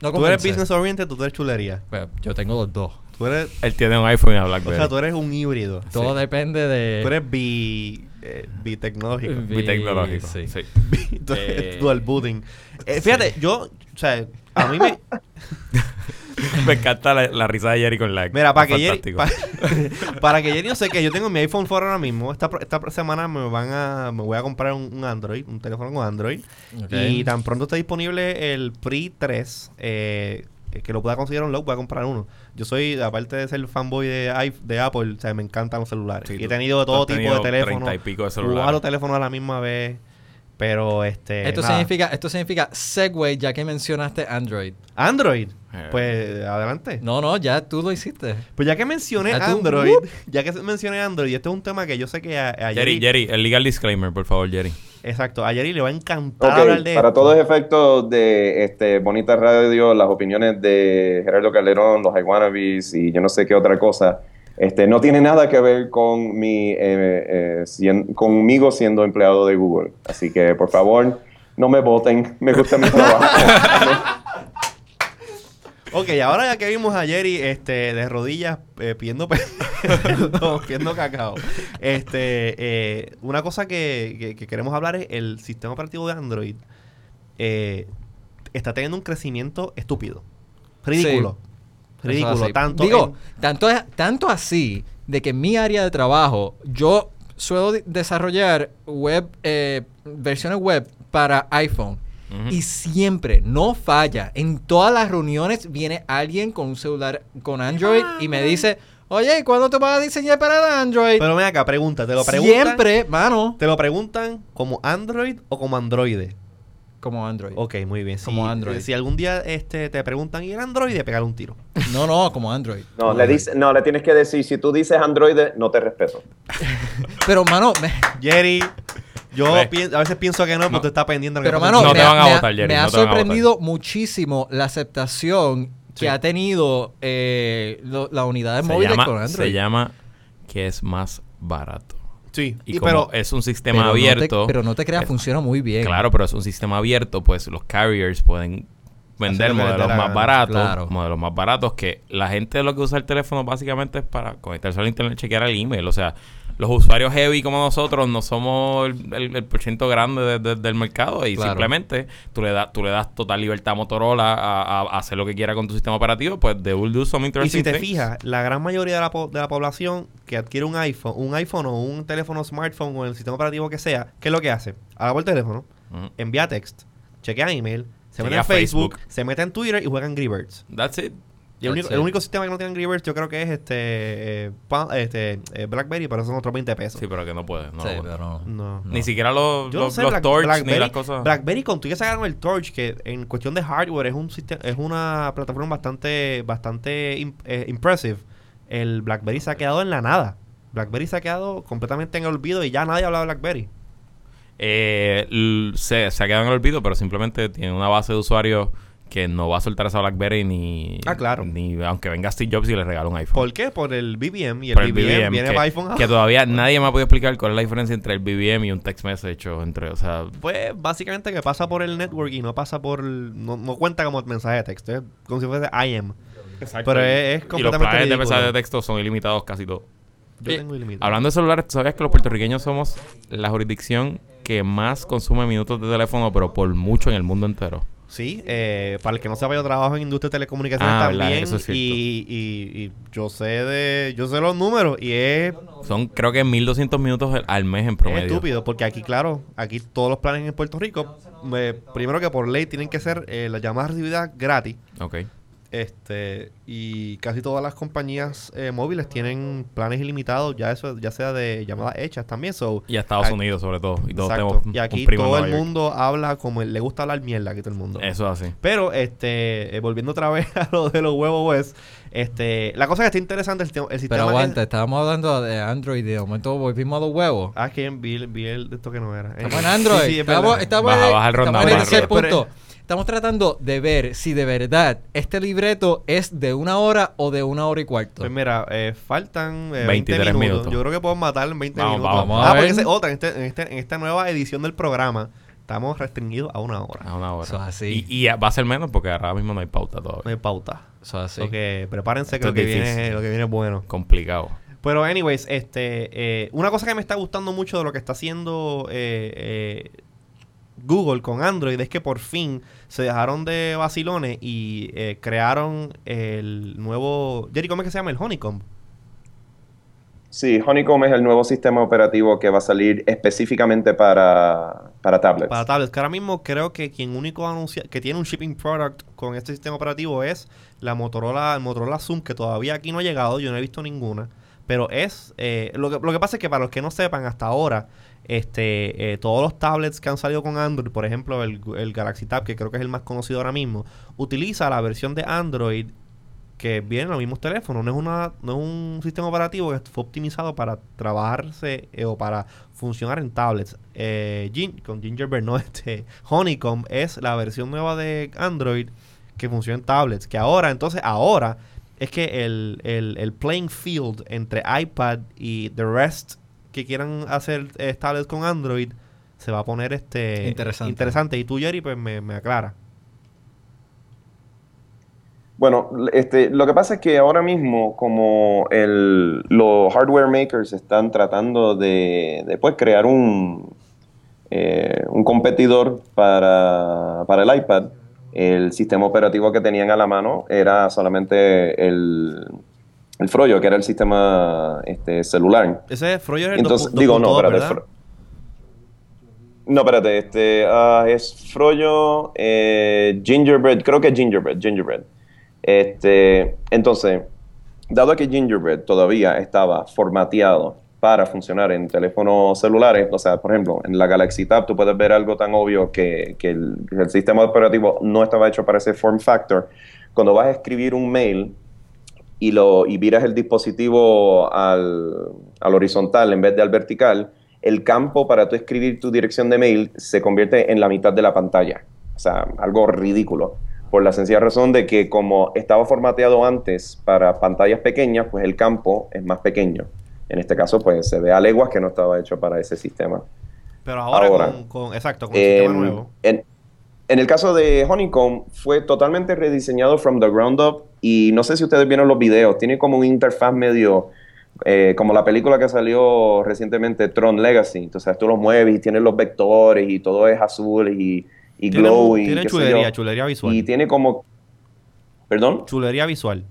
[SPEAKER 3] No
[SPEAKER 1] Tú eres
[SPEAKER 3] convence.
[SPEAKER 1] business oriented, tú eres chulería.
[SPEAKER 3] Pues, yo tengo los dos.
[SPEAKER 1] Tú eres.
[SPEAKER 2] Él tiene un iPhone y una
[SPEAKER 1] O
[SPEAKER 2] BlackBerry.
[SPEAKER 1] sea, tú eres un híbrido.
[SPEAKER 3] Todo depende de...
[SPEAKER 1] Tú eres bi. eh, bitecnológico.
[SPEAKER 3] Bi-
[SPEAKER 2] Muy tecnológico.
[SPEAKER 3] Sí.
[SPEAKER 2] sí.
[SPEAKER 1] Bi- tú eres
[SPEAKER 2] Eh,
[SPEAKER 1] dual booting. Eh, fíjate, yo. O sea, a mí me.
[SPEAKER 2] Me encanta la, la risa de Jerry con like.
[SPEAKER 1] Mira, para que Jerry.
[SPEAKER 2] Fantástico.
[SPEAKER 1] pa- Para, que Jerry no sé que yo tengo mi iPhone 4 ahora mismo. Esta, pro- esta semana me van a. Me voy a comprar un, un Android, un teléfono con Android.
[SPEAKER 3] Ok.
[SPEAKER 1] Y tan pronto esté disponible el PRI 3, eh, que lo pueda conseguir online, voy a comprar uno. Yo soy, aparte de ser fanboy de, iP- de Apple, o sea, me encantan los celulares.
[SPEAKER 2] Sí,
[SPEAKER 1] y
[SPEAKER 2] tú-
[SPEAKER 1] he tenido de
[SPEAKER 2] tú
[SPEAKER 1] todo
[SPEAKER 2] has
[SPEAKER 1] tipo de
[SPEAKER 2] tenido
[SPEAKER 1] teléfonos.
[SPEAKER 2] 30 y pico de
[SPEAKER 1] Cuatro
[SPEAKER 2] celulares.
[SPEAKER 1] teléfonos a la misma vez. Pero este.
[SPEAKER 3] Esto
[SPEAKER 1] nada.
[SPEAKER 3] significa, esto significa segue, ya que mencionaste Android.
[SPEAKER 1] Android.
[SPEAKER 2] Eh.
[SPEAKER 1] Pues adelante.
[SPEAKER 3] No, no, ya tú lo hiciste.
[SPEAKER 1] Pues ya que mencioné
[SPEAKER 3] Ya tú- Uh.
[SPEAKER 1] Android, ya que mencioné Android, y este es un tema que yo sé que a, a
[SPEAKER 2] Jerry, Jerry, el legal disclaimer, por favor, Jerry.
[SPEAKER 1] Exacto, a Jerry le va a encantar
[SPEAKER 4] Ok,
[SPEAKER 1] hablar de
[SPEAKER 4] para
[SPEAKER 1] esto.
[SPEAKER 4] todos efectos de este Bonita Radio, las opiniones de Gerardo Calderón, los Iwanabis y yo no sé qué otra cosa, este, no tiene nada que ver con mi, eh, eh, sien- conmigo siendo empleado de Google. Así que, por favor, no me voten. Me gusta mi trabajo.
[SPEAKER 1] Ok, ahora ya que vimos a Jerry este, de rodillas eh, pidiendo, pe- perdón, pidiendo cacao, este, eh, una cosa que, que- que queremos hablar es el sistema operativo de Android eh, está teniendo un crecimiento estúpido. Ridículo.
[SPEAKER 3] Eso es
[SPEAKER 1] Ridículo.
[SPEAKER 3] así.
[SPEAKER 1] Tanto
[SPEAKER 3] Digo,
[SPEAKER 1] en-
[SPEAKER 3] tanto, es- tanto así de que en mi área de trabajo, yo suelo de- desarrollar web, eh, versiones web para iPhone.
[SPEAKER 2] Ujú.
[SPEAKER 3] Y siempre, no falla. En todas las reuniones viene alguien con un celular con Android y me dice, Oye, ¿y cuándo te vas a diseñar para el Android?
[SPEAKER 1] Pero ven acá, pregunta, te lo preguntan.
[SPEAKER 3] Siempre, mano.
[SPEAKER 1] ¿Te lo preguntan como Android o como Androide?
[SPEAKER 3] Como Android.
[SPEAKER 1] Ok, muy bien. Si-
[SPEAKER 3] Como Android.
[SPEAKER 1] Si algún día este, te preguntan y el Android, pegar un tiro.
[SPEAKER 3] No, no, como Android.
[SPEAKER 4] No, le dice, no, le tienes que decir, si tú dices Android, no te respeto.
[SPEAKER 3] Pero, mano, me-
[SPEAKER 1] Jerry, yo
[SPEAKER 2] Ve.
[SPEAKER 1] pien- a veces pienso que no, pero tú estás pendiente. de lo
[SPEAKER 3] pero,
[SPEAKER 1] que
[SPEAKER 3] mano,
[SPEAKER 1] pasa.
[SPEAKER 2] Pues, No
[SPEAKER 3] me,
[SPEAKER 2] te
[SPEAKER 3] ha-
[SPEAKER 2] van a
[SPEAKER 3] me ha-
[SPEAKER 2] votar, Jerry,
[SPEAKER 3] me
[SPEAKER 2] no
[SPEAKER 3] ha
[SPEAKER 2] te van a votar.
[SPEAKER 3] sorprendido muchísimo la aceptación
[SPEAKER 1] Sí.
[SPEAKER 3] que ha tenido eh, lo- la unidad de
[SPEAKER 2] Se
[SPEAKER 3] móviles
[SPEAKER 2] llama,
[SPEAKER 3] con
[SPEAKER 2] se
[SPEAKER 3] Android.
[SPEAKER 2] llama que es más barato.
[SPEAKER 1] Sí,
[SPEAKER 2] Y,
[SPEAKER 1] y
[SPEAKER 2] como
[SPEAKER 1] pero...
[SPEAKER 2] es un sistema
[SPEAKER 3] pero no te-
[SPEAKER 2] abierto.
[SPEAKER 3] pero no te creas,
[SPEAKER 2] es-
[SPEAKER 3] funciona muy bien.
[SPEAKER 2] Claro, pero es un sistema abierto, pues los carriers pueden
[SPEAKER 1] Hacer
[SPEAKER 2] vender
[SPEAKER 1] lo que les dé
[SPEAKER 2] modelos
[SPEAKER 1] la
[SPEAKER 2] más
[SPEAKER 1] gana.
[SPEAKER 2] baratos,
[SPEAKER 3] Claro.
[SPEAKER 2] modelos más baratos que la gente lo que usa el teléfono básicamente es para conectarse al internet, chequear el email, o sea, los usuarios heavy como nosotros no somos el, el, el por ciento grande de- de- del mercado y
[SPEAKER 3] Claro.
[SPEAKER 2] simplemente tú le, das tú le das total libertad a Motorola a, a- a hacer lo que quiera con tu sistema operativo, pues they will do some
[SPEAKER 1] Y
[SPEAKER 2] interesting
[SPEAKER 1] si te
[SPEAKER 2] things.
[SPEAKER 1] fijas, la gran mayoría de la, po- de la población que adquiere un iPhone, un iPhone o un teléfono smartphone o el sistema operativo que sea, ¿qué es lo que hace? Habla por teléfono,
[SPEAKER 2] Ujú.
[SPEAKER 1] envía text, chequea email, se mete
[SPEAKER 2] Chequea
[SPEAKER 1] en Facebook,
[SPEAKER 2] Facebook.
[SPEAKER 1] se mete en Twitter y juega Angry Birds.
[SPEAKER 2] That's it.
[SPEAKER 1] Y el,
[SPEAKER 3] That's
[SPEAKER 1] único, el
[SPEAKER 3] it.
[SPEAKER 1] único sistema que no tiene Angry Birds yo creo que es este, eh, pa- este eh, BlackBerry, pero son otros 20 pesos.
[SPEAKER 2] Sí, pero que no puede. No
[SPEAKER 3] Sí,
[SPEAKER 2] lo puede.
[SPEAKER 3] pero
[SPEAKER 1] No.
[SPEAKER 3] no.
[SPEAKER 2] Ni siquiera los,
[SPEAKER 1] Yo
[SPEAKER 2] los,
[SPEAKER 1] no sé,
[SPEAKER 2] los
[SPEAKER 1] Black-
[SPEAKER 2] torch ni
[SPEAKER 1] BlackBerry,
[SPEAKER 2] las cosas.
[SPEAKER 1] BlackBerry con tú ya sacaron el Torch, que en cuestión de hardware es un sistema, es una plataforma bastante, bastante im- eh, impressive. El BlackBerry se ha quedado en la nada. BlackBerry se ha quedado completamente en el olvido y ya nadie habla de BlackBerry.
[SPEAKER 2] Eh, l- se, se ha quedado en el olvido, pero simplemente tiene una base de usuarios que no va a soltar esa BlackBerry ni...
[SPEAKER 1] Ah, claro.
[SPEAKER 2] Ni aunque venga Steve Jobs y le regale un iPhone.
[SPEAKER 1] ¿Por qué? Por el BBM y el,
[SPEAKER 2] Pero
[SPEAKER 1] BBM, viene
[SPEAKER 2] que,
[SPEAKER 1] para iPhone.
[SPEAKER 2] que todavía nadie me ha podido explicar cuál es la diferencia entre el BBM y un text message o entre... O sea,
[SPEAKER 1] Pues básicamente que pasa por el network y no pasa por... el- no, no cuenta como mensaje de texto. Es como si fuese IM. Pero es- es
[SPEAKER 2] y los
[SPEAKER 1] completamente
[SPEAKER 2] planes de
[SPEAKER 1] ridículo.
[SPEAKER 2] mensajes de texto son ilimitados casi todos.
[SPEAKER 1] Yo
[SPEAKER 2] Eh,
[SPEAKER 1] tengo ilimitado.
[SPEAKER 2] Hablando de celulares, ¿tú sabías que los puertorriqueños somos la jurisdicción que más consume minutos de teléfono, pero por mucho en el mundo entero?
[SPEAKER 1] Sí, eh, para el que no sabe, yo trabajo en industria de telecomunicaciones
[SPEAKER 2] Ah, verdad,
[SPEAKER 1] también.
[SPEAKER 2] eso es cierto.
[SPEAKER 1] y, y- y yo sé de, yo sé los números y es,
[SPEAKER 2] Son creo que 1200 minutos al- al mes en
[SPEAKER 1] es
[SPEAKER 2] promedio.
[SPEAKER 1] estúpido, porque aquí, claro, aquí todos los planes en Puerto Rico, me- primero que por ley tienen que ser eh, las llamadas recibidas gratis.
[SPEAKER 2] Ok.
[SPEAKER 1] Este, y casi todas las compañías eh, móviles tienen planes ilimitados, ya eso, ya sea de llamadas hechas también. So,
[SPEAKER 2] Y a Estados
[SPEAKER 1] Aquí-
[SPEAKER 2] Unidos, sobre todo. Y todos
[SPEAKER 1] exacto.
[SPEAKER 2] tenemos
[SPEAKER 1] Y aquí
[SPEAKER 2] un primo en
[SPEAKER 1] todo el
[SPEAKER 2] Nueva York.
[SPEAKER 1] mundo habla como le gusta hablar mierda aquí todo el mundo.
[SPEAKER 2] Eso es así.
[SPEAKER 1] Pero, este, eh, volviendo otra vez a lo de los huevos OS, este, la cosa que está interesante el, sistema- el sistema.
[SPEAKER 3] Pero
[SPEAKER 1] que-
[SPEAKER 3] aguanta, estábamos hablando de Android y de momento volvimos a los huevos.
[SPEAKER 1] ah, es que vi, el- vi el de esto que no era. Eh,
[SPEAKER 3] Estamos en Android.
[SPEAKER 1] Sí, sí, es
[SPEAKER 3] estamos,
[SPEAKER 1] verdad. eh,
[SPEAKER 3] estamos
[SPEAKER 2] Baja,
[SPEAKER 3] en-
[SPEAKER 2] baja el
[SPEAKER 3] estamos
[SPEAKER 2] rundown,
[SPEAKER 3] en el
[SPEAKER 2] baja el
[SPEAKER 3] tercer
[SPEAKER 1] rundown.
[SPEAKER 3] punto. Estamos tratando de ver si de verdad este libreto es de una hora o de una hora y cuarto.
[SPEAKER 1] Pues mira, eh, faltan eh, 20
[SPEAKER 2] 23
[SPEAKER 1] minutos.
[SPEAKER 2] minutos.
[SPEAKER 1] Yo creo que podemos matar en 20
[SPEAKER 2] Vamos,
[SPEAKER 1] minutos.
[SPEAKER 2] vamos.
[SPEAKER 1] ah,
[SPEAKER 3] Vamos a
[SPEAKER 1] porque
[SPEAKER 3] ver.
[SPEAKER 1] esa es otra. En, este- en este- en esta nueva edición del programa, estamos restringidos a una hora.
[SPEAKER 2] A una hora.
[SPEAKER 3] Eso es así.
[SPEAKER 2] Y, y va a ser menos porque ahora mismo no hay pauta todavía.
[SPEAKER 1] No hay pauta.
[SPEAKER 3] Eso es así.
[SPEAKER 1] Así que prepárense que
[SPEAKER 2] Esto
[SPEAKER 1] lo que,
[SPEAKER 2] es
[SPEAKER 1] viene,
[SPEAKER 2] difícil.
[SPEAKER 1] lo que viene es bueno.
[SPEAKER 2] Complicado.
[SPEAKER 1] Pero, anyways, este, eh, una cosa que me está gustando mucho de lo que está haciendo eh, eh, Google con Android es que por fin se dejaron de vacilones y eh, crearon el nuevo. Jerry, ¿cómo es que se llama? El Honeycomb.
[SPEAKER 4] Sí, Honeycomb es el nuevo sistema operativo que va a salir específicamente para, para tablets.
[SPEAKER 1] Para tablets. Que ahora mismo creo que quien único anuncia, que tiene un shipping product con este sistema operativo es la Motorola, el Motorola Zoom, que todavía aquí no ha llegado, yo no he visto ninguna. Pero es, eh, lo, que, lo que pasa es que para los que no sepan, hasta ahora, este, eh, todos los tablets que han salido con Android, por ejemplo, el, el Galaxy Tab, que creo que es el más conocido ahora mismo, utiliza la versión de Android que viene en los mismos teléfonos. No es, una, no es un sistema operativo que fue optimizado para trabajarse eh, o para funcionar en tablets. Eh, Gin- con Gingerbread, no, este. Honeycomb es la versión nueva de Android que funciona en tablets. Que ahora, entonces, ahora es que el, el, el playing field entre iPad y the rest que quieran hacer eh, tablets con Android se va a poner este
[SPEAKER 3] Interesante.
[SPEAKER 1] interesante. Y tú, Jerry, pues me, me aclara.
[SPEAKER 4] Bueno, este, lo que pasa es que ahora mismo, como el, los hardware makers están tratando de, de, pues, crear un, eh, un competidor para, para el iPad, el sistema operativo que tenían a la mano era solamente el, el Froyo, que era el sistema este, celular.
[SPEAKER 1] Ese es Froyer el
[SPEAKER 4] Entonces,
[SPEAKER 1] 2.2,
[SPEAKER 4] digo, no, espérate.
[SPEAKER 1] ¿verdad?
[SPEAKER 4] Fro- No, espérate, este, ah, es Froyo, eh, Gingerbread, creo que es Gingerbread, Gingerbread. Este, entonces, dado que Gingerbread todavía estaba formateado para funcionar en teléfonos celulares, o sea, por ejemplo, en la Galaxy Tab tú puedes ver algo tan obvio que, que el, que el sistema operativo no estaba hecho para ese form factor. Cuando vas a escribir un mail y, lo, y viras el dispositivo al, al horizontal en vez de al vertical, el campo para tú escribir tu dirección de mail se convierte en la mitad de la pantalla. O sea, algo ridículo. Por la sencilla razón de que como estaba formateado antes para pantallas pequeñas, pues el campo es más pequeño. En este caso, pues se ve a leguas que no estaba hecho para ese sistema.
[SPEAKER 1] Pero ahora,
[SPEAKER 4] Ahora.
[SPEAKER 1] con, con- exacto, con el sistema
[SPEAKER 4] Em,
[SPEAKER 1] nuevo.
[SPEAKER 4] En, en el caso de Honeycomb, fue totalmente rediseñado from the ground up. Y no sé si ustedes vieron los videos, tiene como un interfaz medio. eh, como la película que salió recientemente, Tron Legacy. Entonces tú los mueves y tienes los vectores y todo es azul y, y
[SPEAKER 1] Tiene,
[SPEAKER 4] glow y.
[SPEAKER 1] tiene
[SPEAKER 4] qué sé
[SPEAKER 1] chulería,
[SPEAKER 4] yo.
[SPEAKER 1] chulería visual.
[SPEAKER 4] Y tiene como. ¿Perdón?
[SPEAKER 1] Chulería visual.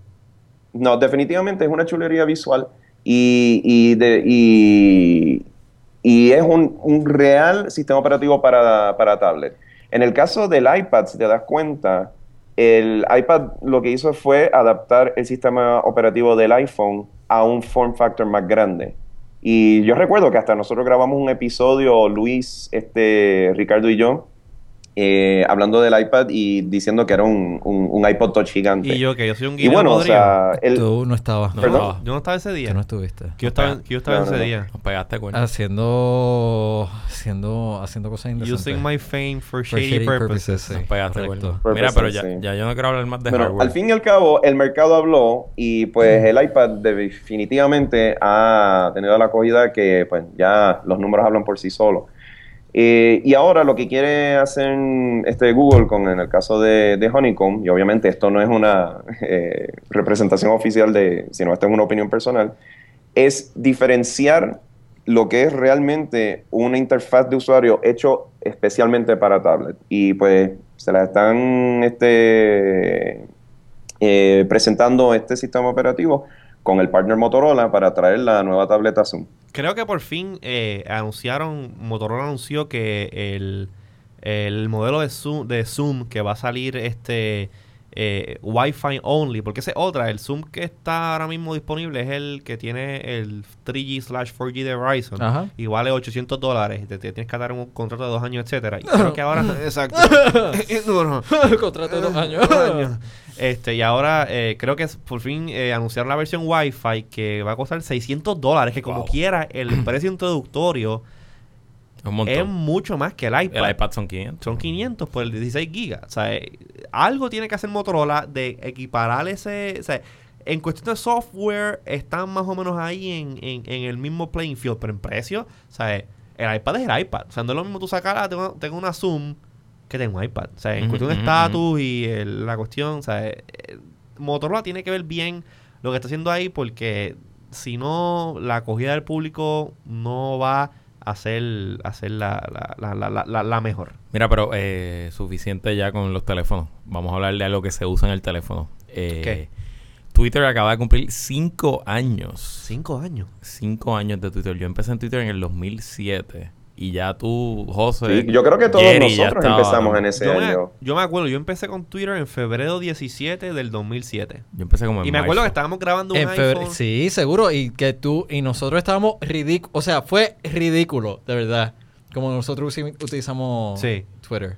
[SPEAKER 4] No, definitivamente es una chulería visual y, y, de- y- y es un, un real sistema operativo para, para tablet. En el caso del iPad, si te das cuenta, el iPad lo que hizo fue adaptar el sistema operativo del iPhone a un form factor más grande. Y yo recuerdo que hasta nosotros grabamos un episodio, Luis, este, Ricardo y yo, eh, hablando del iPad y diciendo que era un, un- un iPod Touch gigante.
[SPEAKER 1] Y yo, que yo soy un
[SPEAKER 4] Y
[SPEAKER 1] guía
[SPEAKER 4] bueno, o sea, el-
[SPEAKER 3] Tú no estabas.
[SPEAKER 2] No,
[SPEAKER 1] yo,
[SPEAKER 4] perdón.
[SPEAKER 1] no estaba ese día.
[SPEAKER 3] Tú no estuviste.
[SPEAKER 1] que yo estaba, que yo estaba
[SPEAKER 4] No,
[SPEAKER 1] ese
[SPEAKER 4] no, no.
[SPEAKER 1] día.
[SPEAKER 2] Nos pegaste cuenta.
[SPEAKER 3] Ah, Haciendo, haciendo, haciendo cosas indecentes.
[SPEAKER 1] Using my fame for
[SPEAKER 3] For
[SPEAKER 1] shady,
[SPEAKER 3] shady
[SPEAKER 1] purposes.
[SPEAKER 3] purposes, sí.
[SPEAKER 2] Nos pegaste
[SPEAKER 3] correcto.
[SPEAKER 2] cuenta.
[SPEAKER 4] Purpose,
[SPEAKER 2] Mira, pero ya,
[SPEAKER 4] Pues, sí.
[SPEAKER 2] ya yo no quiero hablar más de
[SPEAKER 4] Bueno,
[SPEAKER 2] hardware.
[SPEAKER 4] al fin y al cabo, el mercado habló y pues el iPad definitivamente ha tenido la acogida que pues ya los números hablan por sí solos. Eh, y ahora lo que quiere hacer este Google con en el caso de, de Honeycomb, y obviamente esto no es una eh, representación oficial de, sino esta es una opinión personal, es diferenciar lo que es realmente una interfaz de usuario hecho especialmente para tablet. Y pues se la están este, eh, presentando este sistema operativo con el partner Motorola para traer la nueva tableta Zoom.
[SPEAKER 1] Creo que por fin eh, anunciaron, Motorola anunció que el, el modelo de Zoom, de Zoom que va a salir este eh, Wi-Fi only, porque esa es otra, el Zoom que está ahora mismo disponible es el que tiene el 3G slash 4G de Verizon
[SPEAKER 3] Ajá.
[SPEAKER 1] y vale 800 dólares, y te, te tienes que dar un contrato de dos años, etcétera. Y creo que ahora... Exacto. No, no.
[SPEAKER 3] Contrato de
[SPEAKER 1] Eh,
[SPEAKER 3] dos años.
[SPEAKER 1] Ah, Este, y ahora eh, creo que es- por fin eh, anunciaron la versión Wi-Fi que va a costar 600 dólares, que como
[SPEAKER 2] Wow.
[SPEAKER 1] quiera, el precio introductorio
[SPEAKER 2] Es un montón.
[SPEAKER 1] es mucho más que el iPad.
[SPEAKER 2] el iPad son 500.
[SPEAKER 1] Son 500 por el 16 gigas. O sea, eh, algo tiene que hacer Motorola de equiparar ese... O sea, en cuestión de software, están más o menos ahí en, en- en el mismo playing field, pero en precio, o sea, eh, el iPad es el iPad. O sea, no es lo mismo tú sacar, ah, tengo, tengo una Zoom que tengo un iPad. O sea, en
[SPEAKER 2] Ujú,
[SPEAKER 1] cuestión de
[SPEAKER 2] ujú,
[SPEAKER 1] estatus y el- la cuestión, o sea, eh, eh, Motorola tiene que ver bien lo que está haciendo ahí porque si no, la acogida del público no va a ser, a ser la, la, la, la, la, la mejor.
[SPEAKER 2] Mira, pero eh, suficiente ya con los teléfonos. Vamos a hablar de algo que se usa en el teléfono. Eh,
[SPEAKER 1] ¿Qué?
[SPEAKER 2] Twitter acaba de cumplir 5 años.
[SPEAKER 1] Cinco años.
[SPEAKER 2] 5 años de Twitter. Yo empecé en Twitter en el 2007. Y ya tú, José.
[SPEAKER 4] Sí, yo creo que todos
[SPEAKER 2] Jerry, ya
[SPEAKER 4] nosotros
[SPEAKER 2] estaba,
[SPEAKER 4] empezamos
[SPEAKER 2] ¿no?
[SPEAKER 4] en ese
[SPEAKER 1] Yo me,
[SPEAKER 4] año.
[SPEAKER 1] yo me acuerdo, yo empecé con Twitter en febrero 17 del 2007.
[SPEAKER 2] Yo empecé como en
[SPEAKER 1] Y me acuerdo que
[SPEAKER 2] marzo.
[SPEAKER 1] estábamos grabando un
[SPEAKER 3] Pues En febrero.
[SPEAKER 1] iPhone.
[SPEAKER 3] Sí, seguro. Y que tú y nosotros estábamos ridículos. O sea, fue ridículo, de verdad. Como nosotros usi- utilizamos
[SPEAKER 1] Sí.
[SPEAKER 3] Twitter.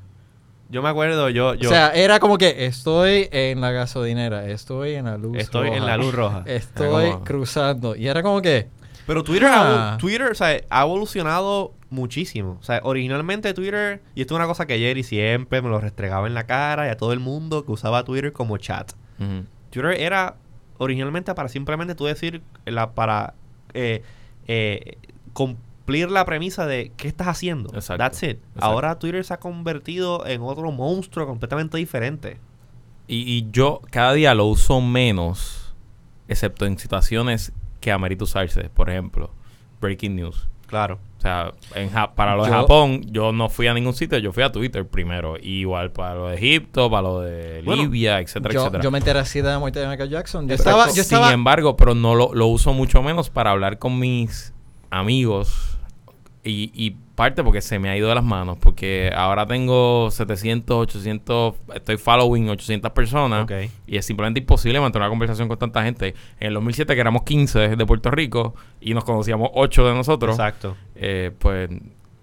[SPEAKER 1] Yo me acuerdo, yo, yo
[SPEAKER 3] O sea, era como que estoy en la gasolinera, estoy en la luz
[SPEAKER 1] estoy
[SPEAKER 3] roja,
[SPEAKER 1] en la luz roja.
[SPEAKER 3] Estoy
[SPEAKER 2] Era como-
[SPEAKER 3] cruzando. Y era como que...
[SPEAKER 1] Pero Twitter,
[SPEAKER 3] Ah.
[SPEAKER 1] ha, Twitter o sea, ha evolucionado muchísimo. O sea, originalmente Twitter, y esto es una cosa que Jerry siempre me lo restregaba en la cara y a todo el mundo que usaba Twitter como chat.
[SPEAKER 2] Ujú.
[SPEAKER 1] Twitter era originalmente para simplemente tú decir, la, para eh, eh, cumplir la premisa de qué estás haciendo.
[SPEAKER 2] Exacto.
[SPEAKER 1] That's it.
[SPEAKER 2] Exacto.
[SPEAKER 1] Ahora Twitter se ha convertido en otro monstruo completamente diferente.
[SPEAKER 2] Y, y yo cada día lo uso menos, excepto en situaciones que amerita usarse. Por ejemplo, breaking news.
[SPEAKER 1] Claro.
[SPEAKER 2] O sea, en Ja- para lo de
[SPEAKER 3] Yo-
[SPEAKER 2] Japón, yo no fui a ningún sitio, yo fui a Twitter primero. Y igual para lo de Egipto, para lo de
[SPEAKER 1] Bueno,
[SPEAKER 2] Libia, etcétera,
[SPEAKER 3] yo,
[SPEAKER 2] etcétera.
[SPEAKER 3] yo me enteré así de la muerte de Michael Jackson. Yo
[SPEAKER 2] Exacto.
[SPEAKER 3] estaba... Yo estaba
[SPEAKER 2] Sin em- embargo, pero no lo, lo uso mucho menos para hablar con mis amigos Y, y parte porque se me ha ido de las manos, porque ahora tengo 700, 800, estoy following 800 personas.
[SPEAKER 1] Ok.
[SPEAKER 2] Y es simplemente imposible mantener una conversación con tanta gente. En el 2007, que éramos 15 de Puerto Rico y nos conocíamos 8 de nosotros,
[SPEAKER 1] Exacto.
[SPEAKER 2] eh, pues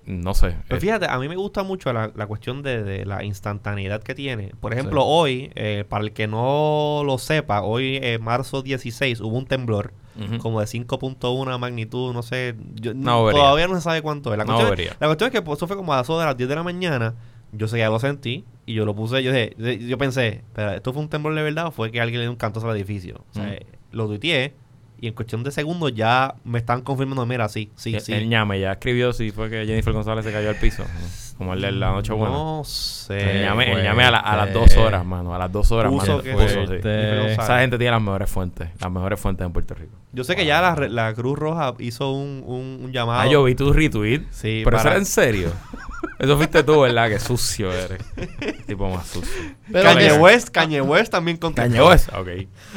[SPEAKER 2] no sé.
[SPEAKER 1] Pero
[SPEAKER 2] Eh,
[SPEAKER 1] fíjate, a mí me gusta mucho la, la cuestión de, de la instantaneidad que tiene. Por
[SPEAKER 2] Sí.
[SPEAKER 1] ejemplo, hoy, eh, para el que no lo sepa, hoy, eh, marzo 16, hubo un temblor
[SPEAKER 2] ujú.
[SPEAKER 1] como de 5.1 magnitud, no sé. yo-
[SPEAKER 2] Una bobería.
[SPEAKER 1] todavía no se sabe cuánto es. La
[SPEAKER 2] Una
[SPEAKER 1] cuestión,
[SPEAKER 2] bobería.
[SPEAKER 1] es, la cuestión es que pues, eso fue como a las dos de las 10 de la mañana. Yo sé que ya lo sentí y yo lo puse. Yo, dije- yo- yo pensé, pero ¿esto fue un temblor de verdad o fue que alguien le dio un cantazo al edificio? O sea,
[SPEAKER 2] Mm.
[SPEAKER 1] eh, lo tuiteé y en cuestión de segundos ya me están confirmando, mira, sí, sí,
[SPEAKER 2] el,
[SPEAKER 1] sí.
[SPEAKER 2] Eh, el ñame ya escribió si fue que Jennifer González se cayó al piso. ¿no? Como el de la noche buena.
[SPEAKER 1] No sé.
[SPEAKER 2] El ñame, el
[SPEAKER 1] fue.
[SPEAKER 2] ñame Eh, a, la- a las
[SPEAKER 3] fuerte.
[SPEAKER 2] dos horas, mano. A las dos horas,
[SPEAKER 1] Pues, este, Puso
[SPEAKER 2] mano.
[SPEAKER 1] que este,
[SPEAKER 2] puso,
[SPEAKER 1] sí.
[SPEAKER 2] sí.
[SPEAKER 1] Jennifer González.
[SPEAKER 2] Esa gente tiene las mejores fuentes. Las mejores fuentes en Puerto Rico.
[SPEAKER 1] Yo sé que ya la, re- la Cruz Roja hizo un, un, un llamado.
[SPEAKER 2] Ah, yo vi tu retweet.
[SPEAKER 1] Sí,
[SPEAKER 2] Pero eso
[SPEAKER 1] para-
[SPEAKER 2] era en serio. Eso fuiste tú, ¿verdad? Qué sucio eres. tipo más sucio.
[SPEAKER 3] Pero
[SPEAKER 1] Kanye
[SPEAKER 3] que-
[SPEAKER 1] West, Kanye West también contestó.
[SPEAKER 2] Cañó eso. Ok.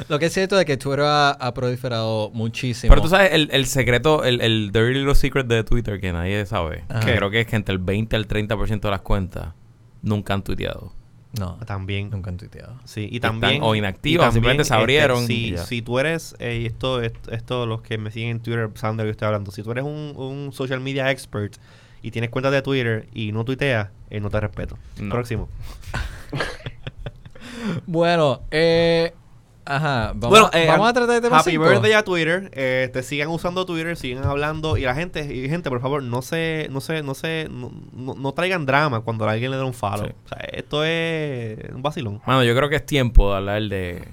[SPEAKER 3] Lo que es cierto es que Twitter ha, ha proliferado muchísimo.
[SPEAKER 2] Pero tú sabes el, el secreto, el, el dirty little secret de Twitter que nadie sabe.
[SPEAKER 3] Ajá.
[SPEAKER 2] Que creo que es que entre el 20 al 30% de las cuentas nunca han tuiteado.
[SPEAKER 3] No,
[SPEAKER 1] También.
[SPEAKER 3] nunca han tuiteado.
[SPEAKER 1] Sí, y
[SPEAKER 2] Están
[SPEAKER 1] también.
[SPEAKER 2] o inactivas, simplemente se abrieron
[SPEAKER 1] este,
[SPEAKER 2] y
[SPEAKER 1] si,
[SPEAKER 2] ya.
[SPEAKER 1] si tú eres, eh, y esto, esto, esto los que me siguen en Twitter, saben de lo que estoy hablando. Si tú eres un, un social media expert y tienes cuenta de Twitter y no tuiteas, eh, no te respeto.
[SPEAKER 2] No.
[SPEAKER 1] Próximo.
[SPEAKER 3] Bueno, eh. Ajá, vamos,
[SPEAKER 1] Bueno, eh,
[SPEAKER 3] vamos a tratar de temas
[SPEAKER 1] Happy
[SPEAKER 3] cinco.
[SPEAKER 1] birthday a Twitter. Eh, te sigan usando Twitter, sigan hablando. Y la gente, y gente, por favor, no se, no se, no se, no, no- no traigan drama cuando alguien le da un follow.
[SPEAKER 2] Sí.
[SPEAKER 1] O sea, esto es un vacilón.
[SPEAKER 2] Mano, yo creo que es tiempo de hablar de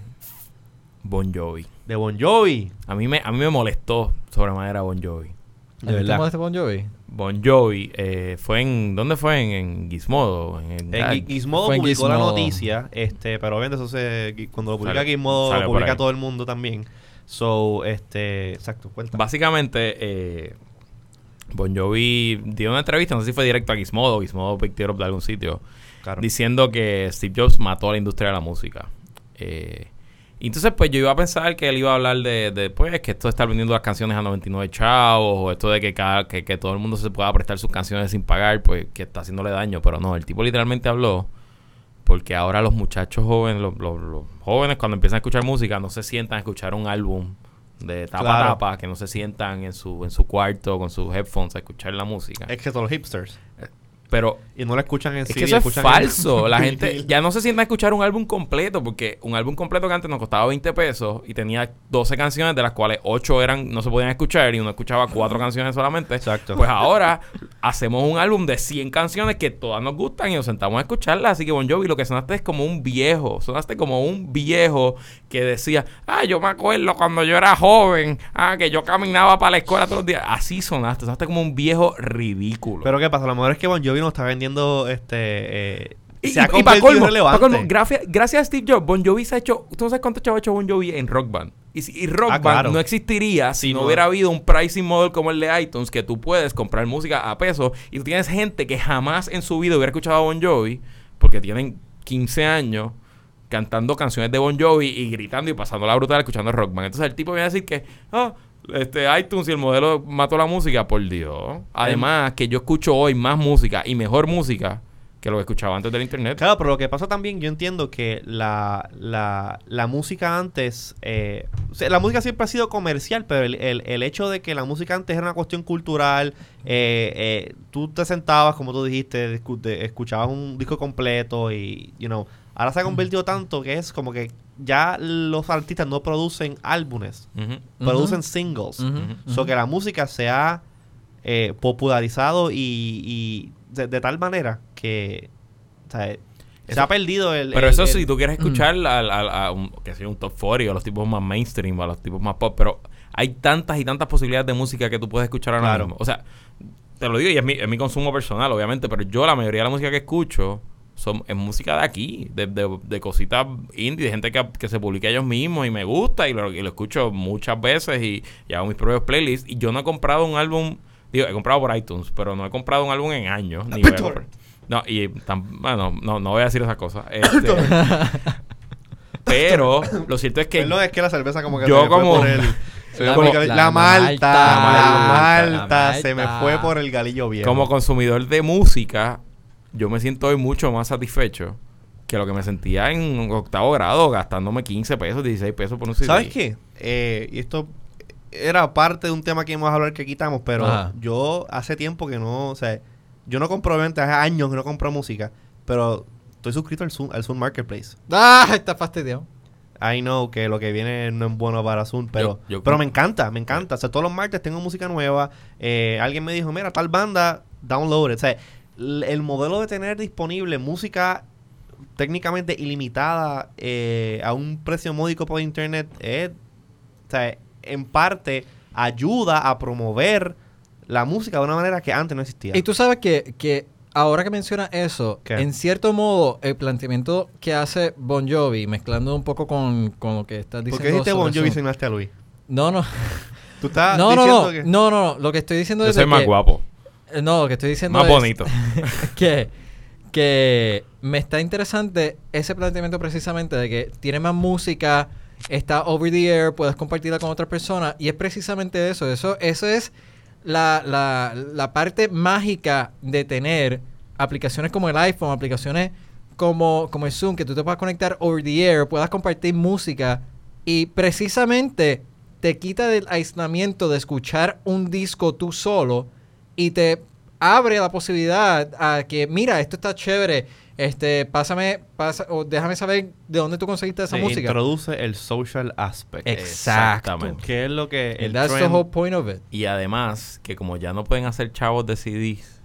[SPEAKER 2] Bon Jovi.
[SPEAKER 1] De Bon Jovi.
[SPEAKER 2] A mí me, a mí me molestó sobremanera Bon Jovi.
[SPEAKER 3] ¿A ti te molesta Bon Jovi?
[SPEAKER 2] Bon Jovi eh, fue en... ¿Dónde fue? En, en Gizmodo. En, en-
[SPEAKER 1] En
[SPEAKER 2] ah,
[SPEAKER 1] Gi- Gizmodo
[SPEAKER 3] fue en
[SPEAKER 1] publicó la
[SPEAKER 3] Gizmodo.
[SPEAKER 1] noticia, este, pero obviamente eso se, Gi- cuando lo publica
[SPEAKER 2] Sale-
[SPEAKER 1] Gizmodo
[SPEAKER 2] sale
[SPEAKER 1] lo
[SPEAKER 2] por
[SPEAKER 1] publica
[SPEAKER 2] ahí.
[SPEAKER 1] todo el mundo también. So, este, exacto, cuenta.
[SPEAKER 2] Básicamente, eh, Bon Jovi dio una entrevista, no sé si fue directo a Gizmodo, Gizmodo picked it up de algún sitio,
[SPEAKER 1] Claro.
[SPEAKER 2] diciendo que Steve Jobs mató a la industria de la música. Eh, y entonces, pues yo iba a pensar que él iba a hablar de, de, pues, que esto de estar vendiendo las canciones a 99 chavos, o esto de que, cada, que, que todo el mundo se pueda prestar sus canciones sin pagar, pues que está haciéndole daño, pero no, el tipo literalmente habló. Porque ahora los muchachos jóvenes, los, los- los jóvenes cuando empiezan a escuchar música, no se sientan a escuchar un álbum de tapa
[SPEAKER 1] Claro.
[SPEAKER 2] a tapa, que no se sientan en su, en su cuarto con sus headphones a escuchar la música.
[SPEAKER 1] Excepto los hipsters.
[SPEAKER 2] Pero
[SPEAKER 1] Y no la escuchan en
[SPEAKER 2] es que
[SPEAKER 1] CD,
[SPEAKER 2] eso es
[SPEAKER 1] escuchan en-
[SPEAKER 2] falso. La gente
[SPEAKER 1] vinil.
[SPEAKER 2] ya no se sienta a escuchar un álbum completo, porque un álbum completo que antes nos costaba 20 pesos y tenía 12 canciones, de las cuales 8 eran, no se podían escuchar y uno escuchaba 4 canciones solamente.
[SPEAKER 1] Exacto.
[SPEAKER 2] Pues ahora hacemos un álbum de 100 canciones que todas nos gustan y nos sentamos a escucharlas. Así que Bon Jovi, lo que sonaste es como un viejo. Sonaste como un viejo que decía, ah, yo me acuerdo cuando yo era joven, ah, que yo caminaba para la escuela todos los días. Así sonaste, sonaste como un viejo ridículo.
[SPEAKER 1] Pero qué pasa, a lo mejor es que Bon Jovi no está vendiendo este eh,
[SPEAKER 2] Y,
[SPEAKER 1] se ha
[SPEAKER 2] y- y pa'
[SPEAKER 1] convertido
[SPEAKER 2] colmo,
[SPEAKER 1] irrelevante.
[SPEAKER 2] pa' colmo, gracias, gracias a Steve Jobs, Bon Jovi se ha hecho. ¿Tú no sabes cuánto chavo ha hecho Bon Jovi en Rock Band? Y, si- y Rock
[SPEAKER 1] Ah,
[SPEAKER 2] Band
[SPEAKER 1] claro.
[SPEAKER 2] no existiría si
[SPEAKER 1] Sí,
[SPEAKER 2] no,
[SPEAKER 1] no.
[SPEAKER 2] hubiera habido un pricing model como el de iTunes, que tú puedes comprar música a peso y tú tienes gente que jamás en su vida hubiera escuchado a Bon Jovi, porque tienen 15 años cantando canciones de Bon Jovi y gritando y pasando la brutal escuchando Rock Band. Entonces el tipo viene a decir que. "Ah, este iTunes y el modelo mató la música, por Dios. Además, que yo escucho hoy más música y mejor música que lo que escuchaba antes del internet.
[SPEAKER 1] Claro, pero lo que pasa también, yo entiendo que la, la, la música antes, eh, o sea, la música siempre ha sido comercial, pero el, el- el hecho de que la música antes era una cuestión cultural, eh, eh, tú te sentabas, como tú dijiste, discu- de- escuchabas un disco completo y, you know, ahora se ha convertido tanto que es como que ya los artistas no producen álbumes,
[SPEAKER 2] Ujú.
[SPEAKER 1] producen singles.
[SPEAKER 3] Ujú,
[SPEAKER 1] So
[SPEAKER 3] ujú.
[SPEAKER 1] que la música se ha eh, popularizado y, y de, de tal manera que o sea, se
[SPEAKER 2] Eso-
[SPEAKER 1] ha perdido el.
[SPEAKER 2] Pero
[SPEAKER 1] el-
[SPEAKER 2] eso
[SPEAKER 1] el-
[SPEAKER 2] si tú quieres escuchar al- al- a, un, que sea un top 40 o a los tipos más mainstream o a los tipos más pop, pero hay tantas y tantas posibilidades de música que tú puedes escuchar ahora
[SPEAKER 1] Claro.
[SPEAKER 2] mismo. O sea, te lo digo y es mi, es mi consumo personal, obviamente, pero yo la mayoría de la música que escucho son, es música de aquí, de, de- de cositas indie, de gente que, que se publica ellos mismos y me gusta y lo, y lo escucho muchas veces y, y hago mis propios playlists. Y yo no he comprado un álbum, digo, he comprado por iTunes, pero no he comprado un álbum en años. Ni voy a comprar. No, y tam- bueno, no, no voy a decir esas cosas. Este, pero lo cierto es que
[SPEAKER 1] Perdón, es que la cerveza como que
[SPEAKER 2] yo
[SPEAKER 1] se me fue
[SPEAKER 2] como-
[SPEAKER 1] por el- Se me fue el
[SPEAKER 2] como-
[SPEAKER 1] gal-
[SPEAKER 6] la-
[SPEAKER 1] la,
[SPEAKER 6] la
[SPEAKER 1] malta,
[SPEAKER 6] malta,
[SPEAKER 1] la
[SPEAKER 6] la
[SPEAKER 1] malta, se me
[SPEAKER 6] malta.
[SPEAKER 1] fue por el galillo viejo.
[SPEAKER 2] Como consumidor de música, yo me siento hoy mucho más satisfecho que lo que me sentía en octavo grado, gastándome 15 pesos, 16 pesos por un CD.
[SPEAKER 1] ¿Sabes qué? Eh, y esto era parte de un tema que íbamos a hablar que quitamos, pero
[SPEAKER 3] Ajá.
[SPEAKER 1] yo hace tiempo que no, o sea, yo no compro ventas, hace años que no compro música, pero estoy suscrito al Zoom, al Zoom Marketplace.
[SPEAKER 3] Ah, está fastidiado.
[SPEAKER 1] I know que lo que viene no es bueno para Zoom, pero,
[SPEAKER 2] Yo- yo-
[SPEAKER 1] pero me encanta, me encanta. O sea, todos los martes tengo música nueva. Eh, alguien me dijo, mira, tal banda, download it. O sea, l- el modelo de tener disponible música técnicamente ilimitada eh, a un precio módico por internet es, o sea, en parte ayuda a promover la música de una manera que antes no existía.
[SPEAKER 3] Y tú sabes que, que ahora que mencionas eso,
[SPEAKER 1] ¿Qué?
[SPEAKER 3] en cierto modo, el planteamiento que hace Bon Jovi, mezclando un poco con, con lo que estás
[SPEAKER 1] ¿Por
[SPEAKER 3] diciendo.
[SPEAKER 1] qué dijiste
[SPEAKER 3] sobre
[SPEAKER 1] Bon Jovi
[SPEAKER 3] su-
[SPEAKER 1] sin a Luis?
[SPEAKER 3] No, no.
[SPEAKER 1] Tú estás
[SPEAKER 3] No, no,
[SPEAKER 1] diciendo
[SPEAKER 3] no,
[SPEAKER 1] que...
[SPEAKER 3] no, no, no. Lo que estoy diciendo
[SPEAKER 2] Yo
[SPEAKER 3] es.
[SPEAKER 2] soy
[SPEAKER 3] de
[SPEAKER 2] más
[SPEAKER 3] que-
[SPEAKER 2] guapo,
[SPEAKER 3] eh, No, lo que estoy diciendo
[SPEAKER 2] más
[SPEAKER 3] es
[SPEAKER 2] bonito.
[SPEAKER 3] Que, que me está interesante ese planteamiento precisamente de que tiene más música, está over the air, puedes compartirla con otras personas. Y es precisamente eso. Eso, eso es la, la, la parte mágica de tener aplicaciones como el iPhone, aplicaciones como, como el Zoom, que tú te puedas conectar over the air, puedas compartir música y precisamente te quita del aislamiento de escuchar un disco tú solo y te abre la posibilidad a que, mira, esto está chévere, este, pásame, pasa, o déjame saber de dónde tú conseguiste esa
[SPEAKER 1] Se
[SPEAKER 3] música.
[SPEAKER 1] Introduce el social aspect.
[SPEAKER 3] Exactamente.
[SPEAKER 1] ¿Qué es lo que el
[SPEAKER 3] And that's the
[SPEAKER 1] trend-
[SPEAKER 3] whole point of it.
[SPEAKER 2] Y además, que como ya no pueden hacer chavos de CDs,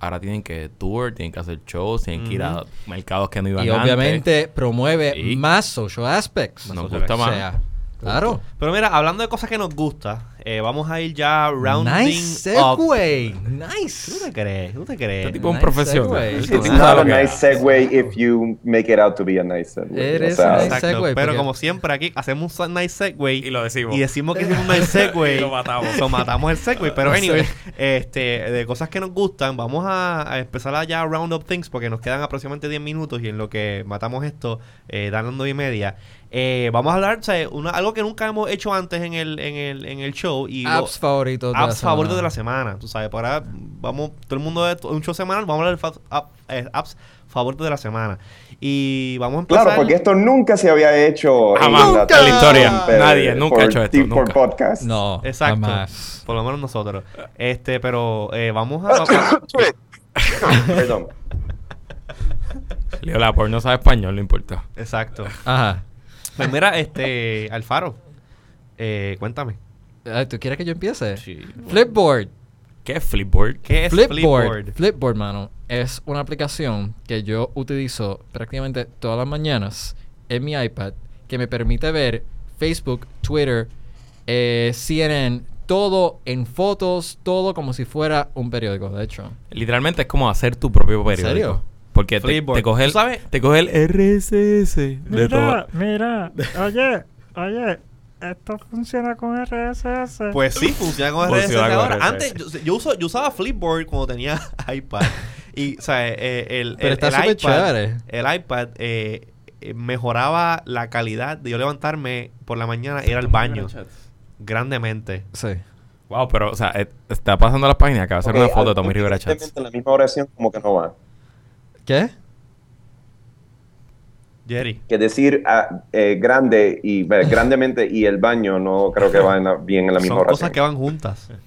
[SPEAKER 2] ahora tienen que tour, tienen que hacer shows, tienen que ir a
[SPEAKER 1] Ujú.
[SPEAKER 2] mercados que no iban
[SPEAKER 3] Y
[SPEAKER 2] antes.
[SPEAKER 3] obviamente promueve
[SPEAKER 2] Sí.
[SPEAKER 3] más social aspects.
[SPEAKER 2] Nos
[SPEAKER 1] Nosotros,
[SPEAKER 2] gusta
[SPEAKER 3] o
[SPEAKER 2] más.
[SPEAKER 3] sea, claro.
[SPEAKER 1] Pero mira, hablando de cosas que nos gusta, eh, vamos a ir ya rounding
[SPEAKER 3] Nice
[SPEAKER 1] up.
[SPEAKER 3] segue.
[SPEAKER 1] ¿Tú te
[SPEAKER 3] Nice.
[SPEAKER 1] crees? ¿Tú te
[SPEAKER 2] Este
[SPEAKER 1] crees?
[SPEAKER 2] tipo es un
[SPEAKER 3] Nice
[SPEAKER 2] profesional.
[SPEAKER 3] segue.
[SPEAKER 2] Este tipo
[SPEAKER 4] It's
[SPEAKER 2] sabe
[SPEAKER 4] not
[SPEAKER 2] lo
[SPEAKER 4] a
[SPEAKER 2] que
[SPEAKER 4] nice
[SPEAKER 2] hace.
[SPEAKER 4] segue if you make it out to be a nice segue.
[SPEAKER 3] It
[SPEAKER 4] O
[SPEAKER 3] is
[SPEAKER 4] sea,
[SPEAKER 3] a nice
[SPEAKER 1] Exacto.
[SPEAKER 3] segue,
[SPEAKER 1] Pero
[SPEAKER 3] porque-
[SPEAKER 1] como siempre aquí hacemos un nice segue
[SPEAKER 2] Y lo decimos.
[SPEAKER 1] y decimos que hicimos un nice segue.
[SPEAKER 2] Y lo matamos.
[SPEAKER 1] So, matamos el segue. Pero anyway, este, de cosas que nos gustan, vamos a, a empezar a ya round up things porque nos quedan aproximadamente 10 minutos y en lo que matamos esto, eh, dan las 9 y media. Eh, vamos a hablar, o sea, una- algo que nunca hemos hecho antes en el, en el, en el show. Y lo-
[SPEAKER 3] Apps favoritos. de la
[SPEAKER 1] apps favoritos de
[SPEAKER 3] semana.
[SPEAKER 1] la semana. Tú sabes, para vamos, todo el mundo de un show semanal, vamos a hablar de fa- app- eh, apps favoritos de la semana. Y vamos a empezar.
[SPEAKER 4] Claro, porque esto nunca se había hecho
[SPEAKER 2] Jamás.
[SPEAKER 3] Nunca.
[SPEAKER 4] televisión,
[SPEAKER 3] En la historia.
[SPEAKER 4] pero
[SPEAKER 2] Nadie nunca
[SPEAKER 4] por
[SPEAKER 2] ha hecho esto,
[SPEAKER 4] ti- Por
[SPEAKER 2] nunca.
[SPEAKER 4] podcast.
[SPEAKER 3] No.
[SPEAKER 1] Exacto.
[SPEAKER 3] jamás.
[SPEAKER 1] Por lo menos nosotros. Este, pero eh, vamos a. vamos-
[SPEAKER 4] Perdón.
[SPEAKER 2] Leo Lapor no sabe español, no importa.
[SPEAKER 1] exacto.
[SPEAKER 3] Ajá.
[SPEAKER 1] Pues mira, este, Alfaro, eh, cuéntame.
[SPEAKER 3] Ah, ¿Tú quieres que yo empiece?
[SPEAKER 1] Sí.
[SPEAKER 3] Flipboard.
[SPEAKER 2] ¿Qué es Flipboard?
[SPEAKER 1] ¿Qué es
[SPEAKER 3] Flipboard.
[SPEAKER 1] Flipboard?
[SPEAKER 3] Flipboard, mano, es una aplicación que yo utilizo prácticamente todas las mañanas en mi iPad que me permite ver Facebook, Twitter, eh, CNN, todo en fotos, todo como si fuera un periódico, de hecho.
[SPEAKER 2] Literalmente es como hacer tu propio periódico.
[SPEAKER 3] serio?
[SPEAKER 2] Porque te,
[SPEAKER 1] Flipboard.
[SPEAKER 2] te coge el,
[SPEAKER 1] ¿Tú sabes?
[SPEAKER 2] te coge el RSS de todo.
[SPEAKER 7] mira, oye, oye, esto funciona con RSS.
[SPEAKER 1] Pues sí, funciona con
[SPEAKER 2] Funciona
[SPEAKER 1] RSS
[SPEAKER 2] con
[SPEAKER 1] ahora.
[SPEAKER 2] RSS.
[SPEAKER 1] Antes, yo, yo uso- yo usaba Flipboard cuando tenía iPad. Y, o sea, eh, el,
[SPEAKER 3] Pero
[SPEAKER 1] el-
[SPEAKER 3] está
[SPEAKER 1] el
[SPEAKER 3] súper
[SPEAKER 1] iPad-
[SPEAKER 3] chévere.
[SPEAKER 1] El iPad eh, eh, mejoraba la calidad de yo levantarme por la mañana e ir al baño. Grandemente.
[SPEAKER 3] Sí.
[SPEAKER 2] Wow, pero, o sea, eh, está pasando las páginas. Acaba de hacer una
[SPEAKER 4] Ok,
[SPEAKER 2] foto de
[SPEAKER 4] algo
[SPEAKER 2] Tommy Rivera
[SPEAKER 4] evidentemente
[SPEAKER 2] Chats.
[SPEAKER 4] En la misma oración como que no va.
[SPEAKER 3] ¿Qué?
[SPEAKER 1] Jerry.
[SPEAKER 4] Que decir ah, eh, grande y eh, grandemente y el baño no creo que va en la- bien en la misma
[SPEAKER 1] Son
[SPEAKER 4] oración.
[SPEAKER 1] cosas que van juntas.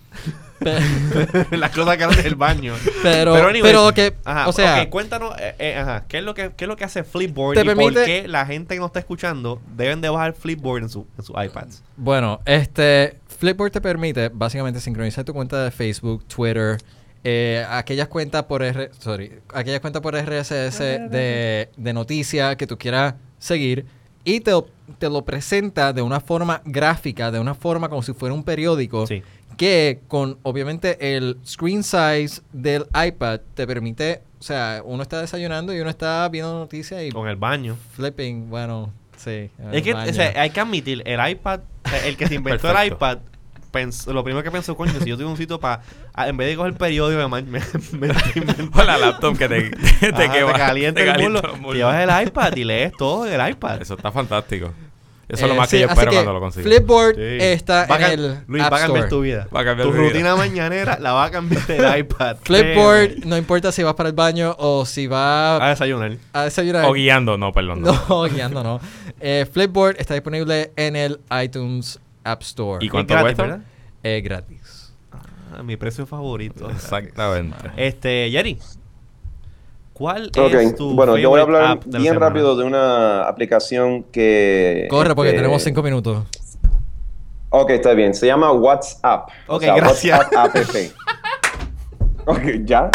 [SPEAKER 3] Pe-
[SPEAKER 1] Las cosas que hablan del baño.
[SPEAKER 3] Pero-
[SPEAKER 1] anyway,
[SPEAKER 3] pero lo que-
[SPEAKER 1] ajá,
[SPEAKER 3] o sea-
[SPEAKER 1] ok, cuéntanos, eh, eh, ajá, ¿qué es lo que, qué es lo que hace Flipboard
[SPEAKER 3] Te
[SPEAKER 1] y por
[SPEAKER 3] permite-
[SPEAKER 1] qué la gente que nos está escuchando deben de bajar Flipboard en, su, en sus iPads?
[SPEAKER 3] Bueno, este Flipboard te permite básicamente sincronizar tu cuenta de Facebook, Twitter, eh, aquellas cuentas por R, sorry, aquellas cuentas por RSS de, de noticias que tú quieras seguir y te, lo- te lo presenta de una forma gráfica, de una forma como si fuera un periódico
[SPEAKER 1] Sí.
[SPEAKER 3] que con obviamente el screen size del iPad te permite, o sea, uno está desayunando y uno está viendo noticias y
[SPEAKER 1] Con el baño.
[SPEAKER 3] flipping, bueno, sí.
[SPEAKER 1] Es que
[SPEAKER 3] baño.
[SPEAKER 1] o sea, hay que admitir, el iPad, o sea, el que se inventó el
[SPEAKER 2] Perfecto.
[SPEAKER 1] iPad, pens- lo primero que pensó, coño, si yo tengo un sitio para, en vez de coger el periódico, me, me, me, me-
[SPEAKER 2] O la laptop que te, te,
[SPEAKER 1] Ajá,
[SPEAKER 2] quema,
[SPEAKER 1] te calienta
[SPEAKER 2] te
[SPEAKER 1] el
[SPEAKER 2] calienta
[SPEAKER 1] mulo,
[SPEAKER 2] el
[SPEAKER 1] te
[SPEAKER 2] mulo.
[SPEAKER 1] llevas el iPad y lees todo en el iPad.
[SPEAKER 2] Eso está fantástico. Eso es lo más
[SPEAKER 3] Eh, sí,
[SPEAKER 2] que yo
[SPEAKER 3] así
[SPEAKER 2] espero cuando lo consiga.
[SPEAKER 3] Flipboard
[SPEAKER 1] Sí.
[SPEAKER 3] está
[SPEAKER 1] Va a
[SPEAKER 3] en
[SPEAKER 1] cam-
[SPEAKER 3] el
[SPEAKER 1] Luis,
[SPEAKER 3] App
[SPEAKER 1] va a cambiar
[SPEAKER 3] Store.
[SPEAKER 1] tu vida.
[SPEAKER 2] Va a cambiar
[SPEAKER 1] tu
[SPEAKER 2] mi vida.
[SPEAKER 1] rutina mañanera la va a cambiar del iPad.
[SPEAKER 3] Flipboard, no importa si vas para el baño o si
[SPEAKER 1] A
[SPEAKER 3] vas
[SPEAKER 1] desayunar.
[SPEAKER 3] a desayunar.
[SPEAKER 2] O guiando, no, perdón. No.
[SPEAKER 3] No, guiando no. Eh, Flipboard está disponible en el iTunes App Store.
[SPEAKER 2] ¿Y
[SPEAKER 3] Es
[SPEAKER 2] cuánto
[SPEAKER 1] Es gratis,
[SPEAKER 2] cuesta?
[SPEAKER 1] ¿verdad?
[SPEAKER 3] gratis.
[SPEAKER 1] Ah, mi precio favorito.
[SPEAKER 2] Exactamente.
[SPEAKER 1] Este, Jerry. ¿Cuál
[SPEAKER 4] Ok,
[SPEAKER 1] es tu
[SPEAKER 4] bueno, yo voy a
[SPEAKER 1] favorite
[SPEAKER 4] hablar
[SPEAKER 1] app de la
[SPEAKER 4] bien
[SPEAKER 1] semana?
[SPEAKER 4] rápido de una aplicación que...
[SPEAKER 3] Corre porque
[SPEAKER 4] que-
[SPEAKER 3] tenemos cinco minutos.
[SPEAKER 4] Ok, está bien. Se llama WhatsApp.
[SPEAKER 1] Ok, gracias.
[SPEAKER 4] WhatsApp app. ok, ya.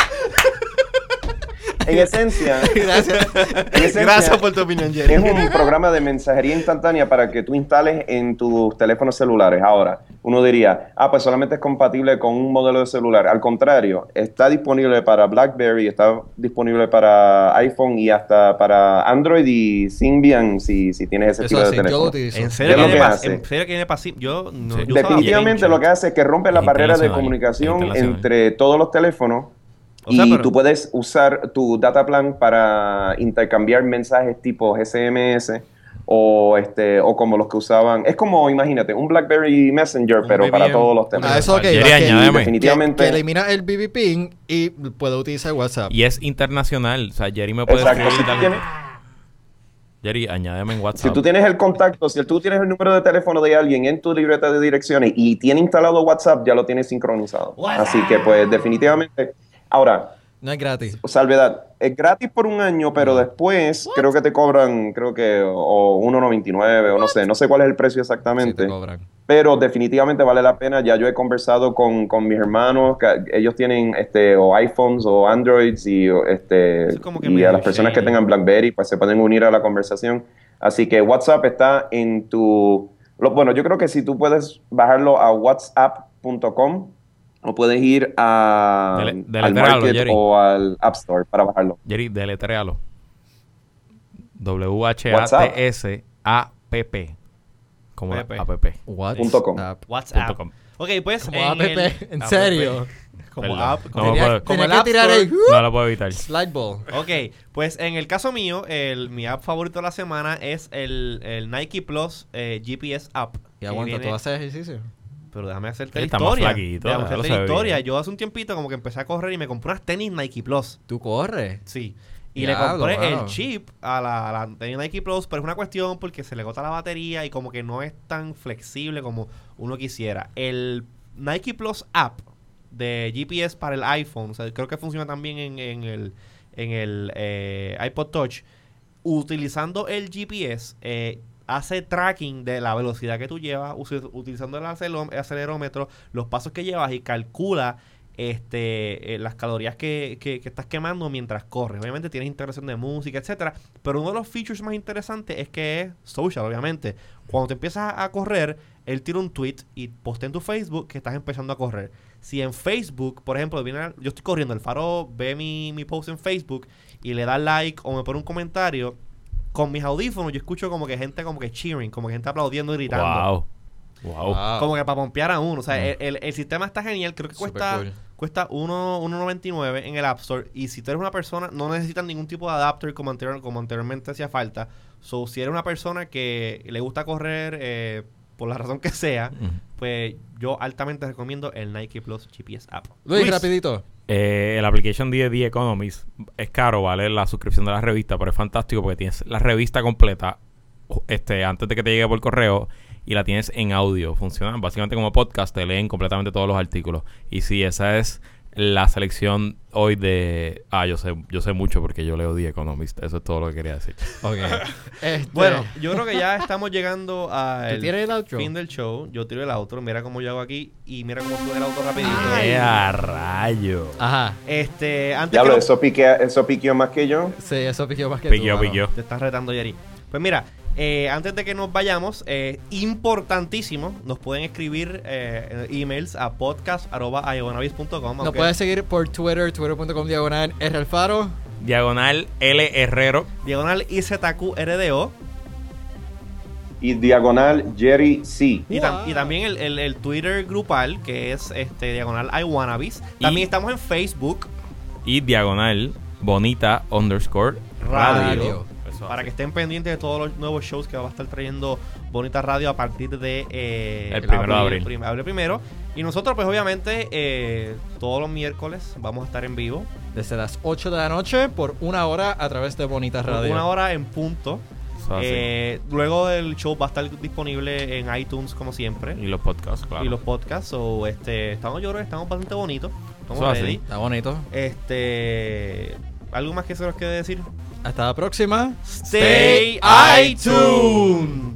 [SPEAKER 4] En esencia,
[SPEAKER 3] Gracias.
[SPEAKER 4] en esencia,
[SPEAKER 1] Gracias por tu opinión,
[SPEAKER 4] es
[SPEAKER 1] Jerry.
[SPEAKER 4] un programa de mensajería instantánea para que tú instales en tus teléfonos celulares. Ahora, uno diría, ah, pues solamente es compatible con un modelo de celular. Al contrario, está disponible para BlackBerry, está disponible para iPhone y hasta para Android y Symbian si, si tienes ese
[SPEAKER 3] Eso
[SPEAKER 4] tipo de
[SPEAKER 3] así, yo lo
[SPEAKER 4] teléfono.
[SPEAKER 3] utilizo.
[SPEAKER 1] En serio
[SPEAKER 4] Es lo
[SPEAKER 1] que
[SPEAKER 4] que
[SPEAKER 1] viene pas-
[SPEAKER 4] hace.
[SPEAKER 1] en serio que viene pasivo. Yo no.
[SPEAKER 2] Sí.
[SPEAKER 1] yo usaba
[SPEAKER 4] Definitivamente
[SPEAKER 1] Pinterest.
[SPEAKER 4] lo que hace es que rompe la
[SPEAKER 2] Es
[SPEAKER 4] barrera de
[SPEAKER 2] internacional, es
[SPEAKER 4] comunicación
[SPEAKER 2] internacional.
[SPEAKER 4] entre todos los teléfonos
[SPEAKER 1] O sea,
[SPEAKER 4] y
[SPEAKER 1] pero-
[SPEAKER 4] tú puedes usar tu data plan para intercambiar mensajes tipo SMS o este o como los que usaban. Es como, imagínate, un BlackBerry Messenger,
[SPEAKER 1] Un
[SPEAKER 4] pero para
[SPEAKER 1] BBM.
[SPEAKER 4] todos los
[SPEAKER 3] Ah,
[SPEAKER 4] teléfonos.
[SPEAKER 3] eso ok.
[SPEAKER 2] Jerry,
[SPEAKER 3] va, que-
[SPEAKER 2] añádeme.
[SPEAKER 3] que-
[SPEAKER 4] Definitivamente.
[SPEAKER 3] Que, elimina el BB ping y puedo utilizar WhatsApp.
[SPEAKER 2] Y es internacional. O sea, Jerry me puede
[SPEAKER 4] Ah. Exacto,
[SPEAKER 2] escribir
[SPEAKER 4] si tú
[SPEAKER 2] también.
[SPEAKER 4] tienes-
[SPEAKER 2] Jerry, añádeme en WhatsApp.
[SPEAKER 4] Si
[SPEAKER 1] Ah,
[SPEAKER 4] tú tienes el contacto, si tú tienes el número de teléfono de alguien en tu libreta de direcciones y tiene instalado WhatsApp, ya lo tienes sincronizado. Así que pues definitivamente. Ahora,
[SPEAKER 3] No es gratis.
[SPEAKER 4] salvedad. Es gratis por un año, pero después creo que te cobran, creo que, o 1.99 o no sé, no sé cuál es el precio
[SPEAKER 3] Si te
[SPEAKER 4] exactamente.
[SPEAKER 3] cobran.
[SPEAKER 4] pero definitivamente vale la pena. Ya yo he conversado con, con mis hermanos, que ellos tienen este o iPhones o Androids y o, este
[SPEAKER 1] Eso es como que
[SPEAKER 4] y
[SPEAKER 1] medio
[SPEAKER 4] a las personas que
[SPEAKER 1] shady.
[SPEAKER 4] tengan BlackBerry pues se pueden unir a la conversación. Así que WhatsApp está en tu lo- bueno, yo creo que si tú puedes bajarlo a whatsapp.com o puedes ir a
[SPEAKER 2] Dele-
[SPEAKER 4] al
[SPEAKER 2] deletréalo,
[SPEAKER 4] market
[SPEAKER 2] Jerry.
[SPEAKER 4] o al App Store para bajarlo.
[SPEAKER 2] Jerry, deletréalo. W-H-A-T-S-A-P-P. Como la
[SPEAKER 1] Pepe.
[SPEAKER 2] app.
[SPEAKER 4] Punto com.
[SPEAKER 3] WhatsApp.
[SPEAKER 1] WhatsApp.
[SPEAKER 2] Punto com.
[SPEAKER 1] Ok, pues.
[SPEAKER 3] Como
[SPEAKER 1] en
[SPEAKER 3] app.
[SPEAKER 1] el-
[SPEAKER 3] En
[SPEAKER 1] app.
[SPEAKER 3] serio.
[SPEAKER 1] Como
[SPEAKER 2] Perdón.
[SPEAKER 1] app.
[SPEAKER 2] No, pues.
[SPEAKER 1] como-
[SPEAKER 3] Tenía-
[SPEAKER 2] puedo.
[SPEAKER 3] tenía
[SPEAKER 1] Como el
[SPEAKER 3] que
[SPEAKER 1] App
[SPEAKER 3] tirar
[SPEAKER 1] Store.
[SPEAKER 3] el
[SPEAKER 2] No lo puedo evitar.
[SPEAKER 3] slide ball.
[SPEAKER 1] Ok, pues en el caso mío, el, mi app favorito de la semana es el, el Nike Plus eh, GPS App.
[SPEAKER 3] Y
[SPEAKER 1] que
[SPEAKER 3] aguanta,
[SPEAKER 1] viene-
[SPEAKER 3] ¿tú haces ejercicio?
[SPEAKER 1] Pero déjame hacerte la
[SPEAKER 2] Está más
[SPEAKER 1] historia.
[SPEAKER 2] flaquito,
[SPEAKER 1] déjame
[SPEAKER 2] ya lo
[SPEAKER 1] hacerte
[SPEAKER 2] se
[SPEAKER 1] la
[SPEAKER 2] ve
[SPEAKER 1] historia.
[SPEAKER 2] bien.
[SPEAKER 1] Yo hace un tiempito como que empecé a correr y me compré unas tenis Nike Plus.
[SPEAKER 3] Tú corres.
[SPEAKER 1] Pues, Sí. Y le
[SPEAKER 3] Diablo,
[SPEAKER 1] compré
[SPEAKER 3] mano.
[SPEAKER 1] el chip a la, a la tenis Nike Plus, pero es una cuestión porque se le agota la batería y como que no es tan flexible como uno quisiera. El Nike Plus app de GPS para el iPhone, o sea, creo que funciona también en, en el, en el eh, iPod Touch, utilizando el GPS, eh, hace tracking de la velocidad que tú llevas, usi- utilizando el acelom- el acelerómetro, los pasos que llevas y calcula este, eh, las calorías que, que- que estás quemando mientras corres. Obviamente tienes integración de música, etcétera. Pero uno de los features más interesantes es que es social, obviamente. Cuando te empiezas a correr, él tira un tweet y postea en tu Facebook que estás empezando a correr. Si en Facebook, por ejemplo, viene, la- yo estoy corriendo, el faro ve mi, mi post en Facebook y le da like o me pone un comentario, con mis audífonos yo escucho como que gente como que cheering, como que gente aplaudiendo y gritando.
[SPEAKER 2] Wow. Wow.
[SPEAKER 3] Wow.
[SPEAKER 1] Como que para pompear a uno. O sea,
[SPEAKER 2] Mm.
[SPEAKER 1] el, el- el sistema está genial. Creo que
[SPEAKER 3] Súper
[SPEAKER 1] cuesta,
[SPEAKER 3] cool.
[SPEAKER 1] cuesta uno- 1.99 en el App Store. Y si tú eres una persona, no necesitas ningún tipo de adapter como, anterior, como anteriormente hacía falta. So, si eres una persona que le gusta correr eh, por la razón que sea,
[SPEAKER 2] Mm.
[SPEAKER 1] pues yo altamente recomiendo el Nike Plus GPS App.
[SPEAKER 3] Luis, rapidito.
[SPEAKER 2] Eh, el application de The Economist es caro, ¿vale? La suscripción de la revista, pero es fantástico porque tienes la revista completa ju- este, antes de que te llegue por correo y la tienes en audio. Funciona básicamente como podcast, te leen completamente todos los artículos. Y sí, esa es la selección hoy de... Ah, yo sé, yo sé mucho porque yo leo The Economist. Eso es todo lo que quería decir.
[SPEAKER 3] Ok. Este,
[SPEAKER 1] Bueno, yo creo que ya estamos llegando al
[SPEAKER 3] ¿Tú tienes el outro?
[SPEAKER 1] fin del show. Yo tiro el outro. Mira cómo yo hago aquí y mira cómo sube el outro rapidito.
[SPEAKER 2] ¡Eh, a rayo!
[SPEAKER 3] Ajá.
[SPEAKER 1] Este, antes que
[SPEAKER 4] Diablo,
[SPEAKER 1] nos-
[SPEAKER 4] eso piquea, eso piqueó más que yo.
[SPEAKER 3] Sí, eso piqueó más que tú,
[SPEAKER 2] Piqueó,
[SPEAKER 3] mano.
[SPEAKER 2] piqueó.
[SPEAKER 1] Te estás retando, Jerry. Pues mira, eh, antes de que nos vayamos, eh, importantísimo, nos pueden escribir eh, emails a podcast.com.
[SPEAKER 3] Nos puedes seguir por Twitter, twitter.com diagonal R Alfaro.
[SPEAKER 2] Diagonal L Herrero.
[SPEAKER 1] Diagonal IZQRDO.
[SPEAKER 4] Y diagonal Jerry C.
[SPEAKER 1] Y, tam-
[SPEAKER 3] Wow.
[SPEAKER 1] y también el, el- el Twitter grupal, que es este diagonal iWannabes. También
[SPEAKER 2] Y-
[SPEAKER 1] estamos en Facebook.
[SPEAKER 2] Y diagonal Bonita underscore radio.
[SPEAKER 1] Radio.
[SPEAKER 2] Eso Eso
[SPEAKER 1] Para
[SPEAKER 2] así.
[SPEAKER 1] que estén pendientes de todos los nuevos shows que va a estar trayendo Bonita Radio a partir de eh,
[SPEAKER 2] El primero de abril.
[SPEAKER 1] prim- abril primero. Y nosotros, pues obviamente, eh, todos los miércoles vamos a estar en vivo.
[SPEAKER 3] Desde las 8 de la noche por una hora a través de Bonita
[SPEAKER 1] por
[SPEAKER 3] Radio.
[SPEAKER 1] Una hora en punto.
[SPEAKER 2] Eso así.
[SPEAKER 1] Eh, luego el show va a estar disponible en iTunes, como siempre.
[SPEAKER 2] y los podcasts, claro.
[SPEAKER 1] Y los podcasts. O este, estamos, yo creo que estamos bastante bonitos. Estamos
[SPEAKER 2] Eso así.
[SPEAKER 1] ready.
[SPEAKER 3] Está bonito.
[SPEAKER 1] Este. ¿Algo más que se nos quede decir?
[SPEAKER 3] Hasta la próxima.
[SPEAKER 1] Stay iTunes.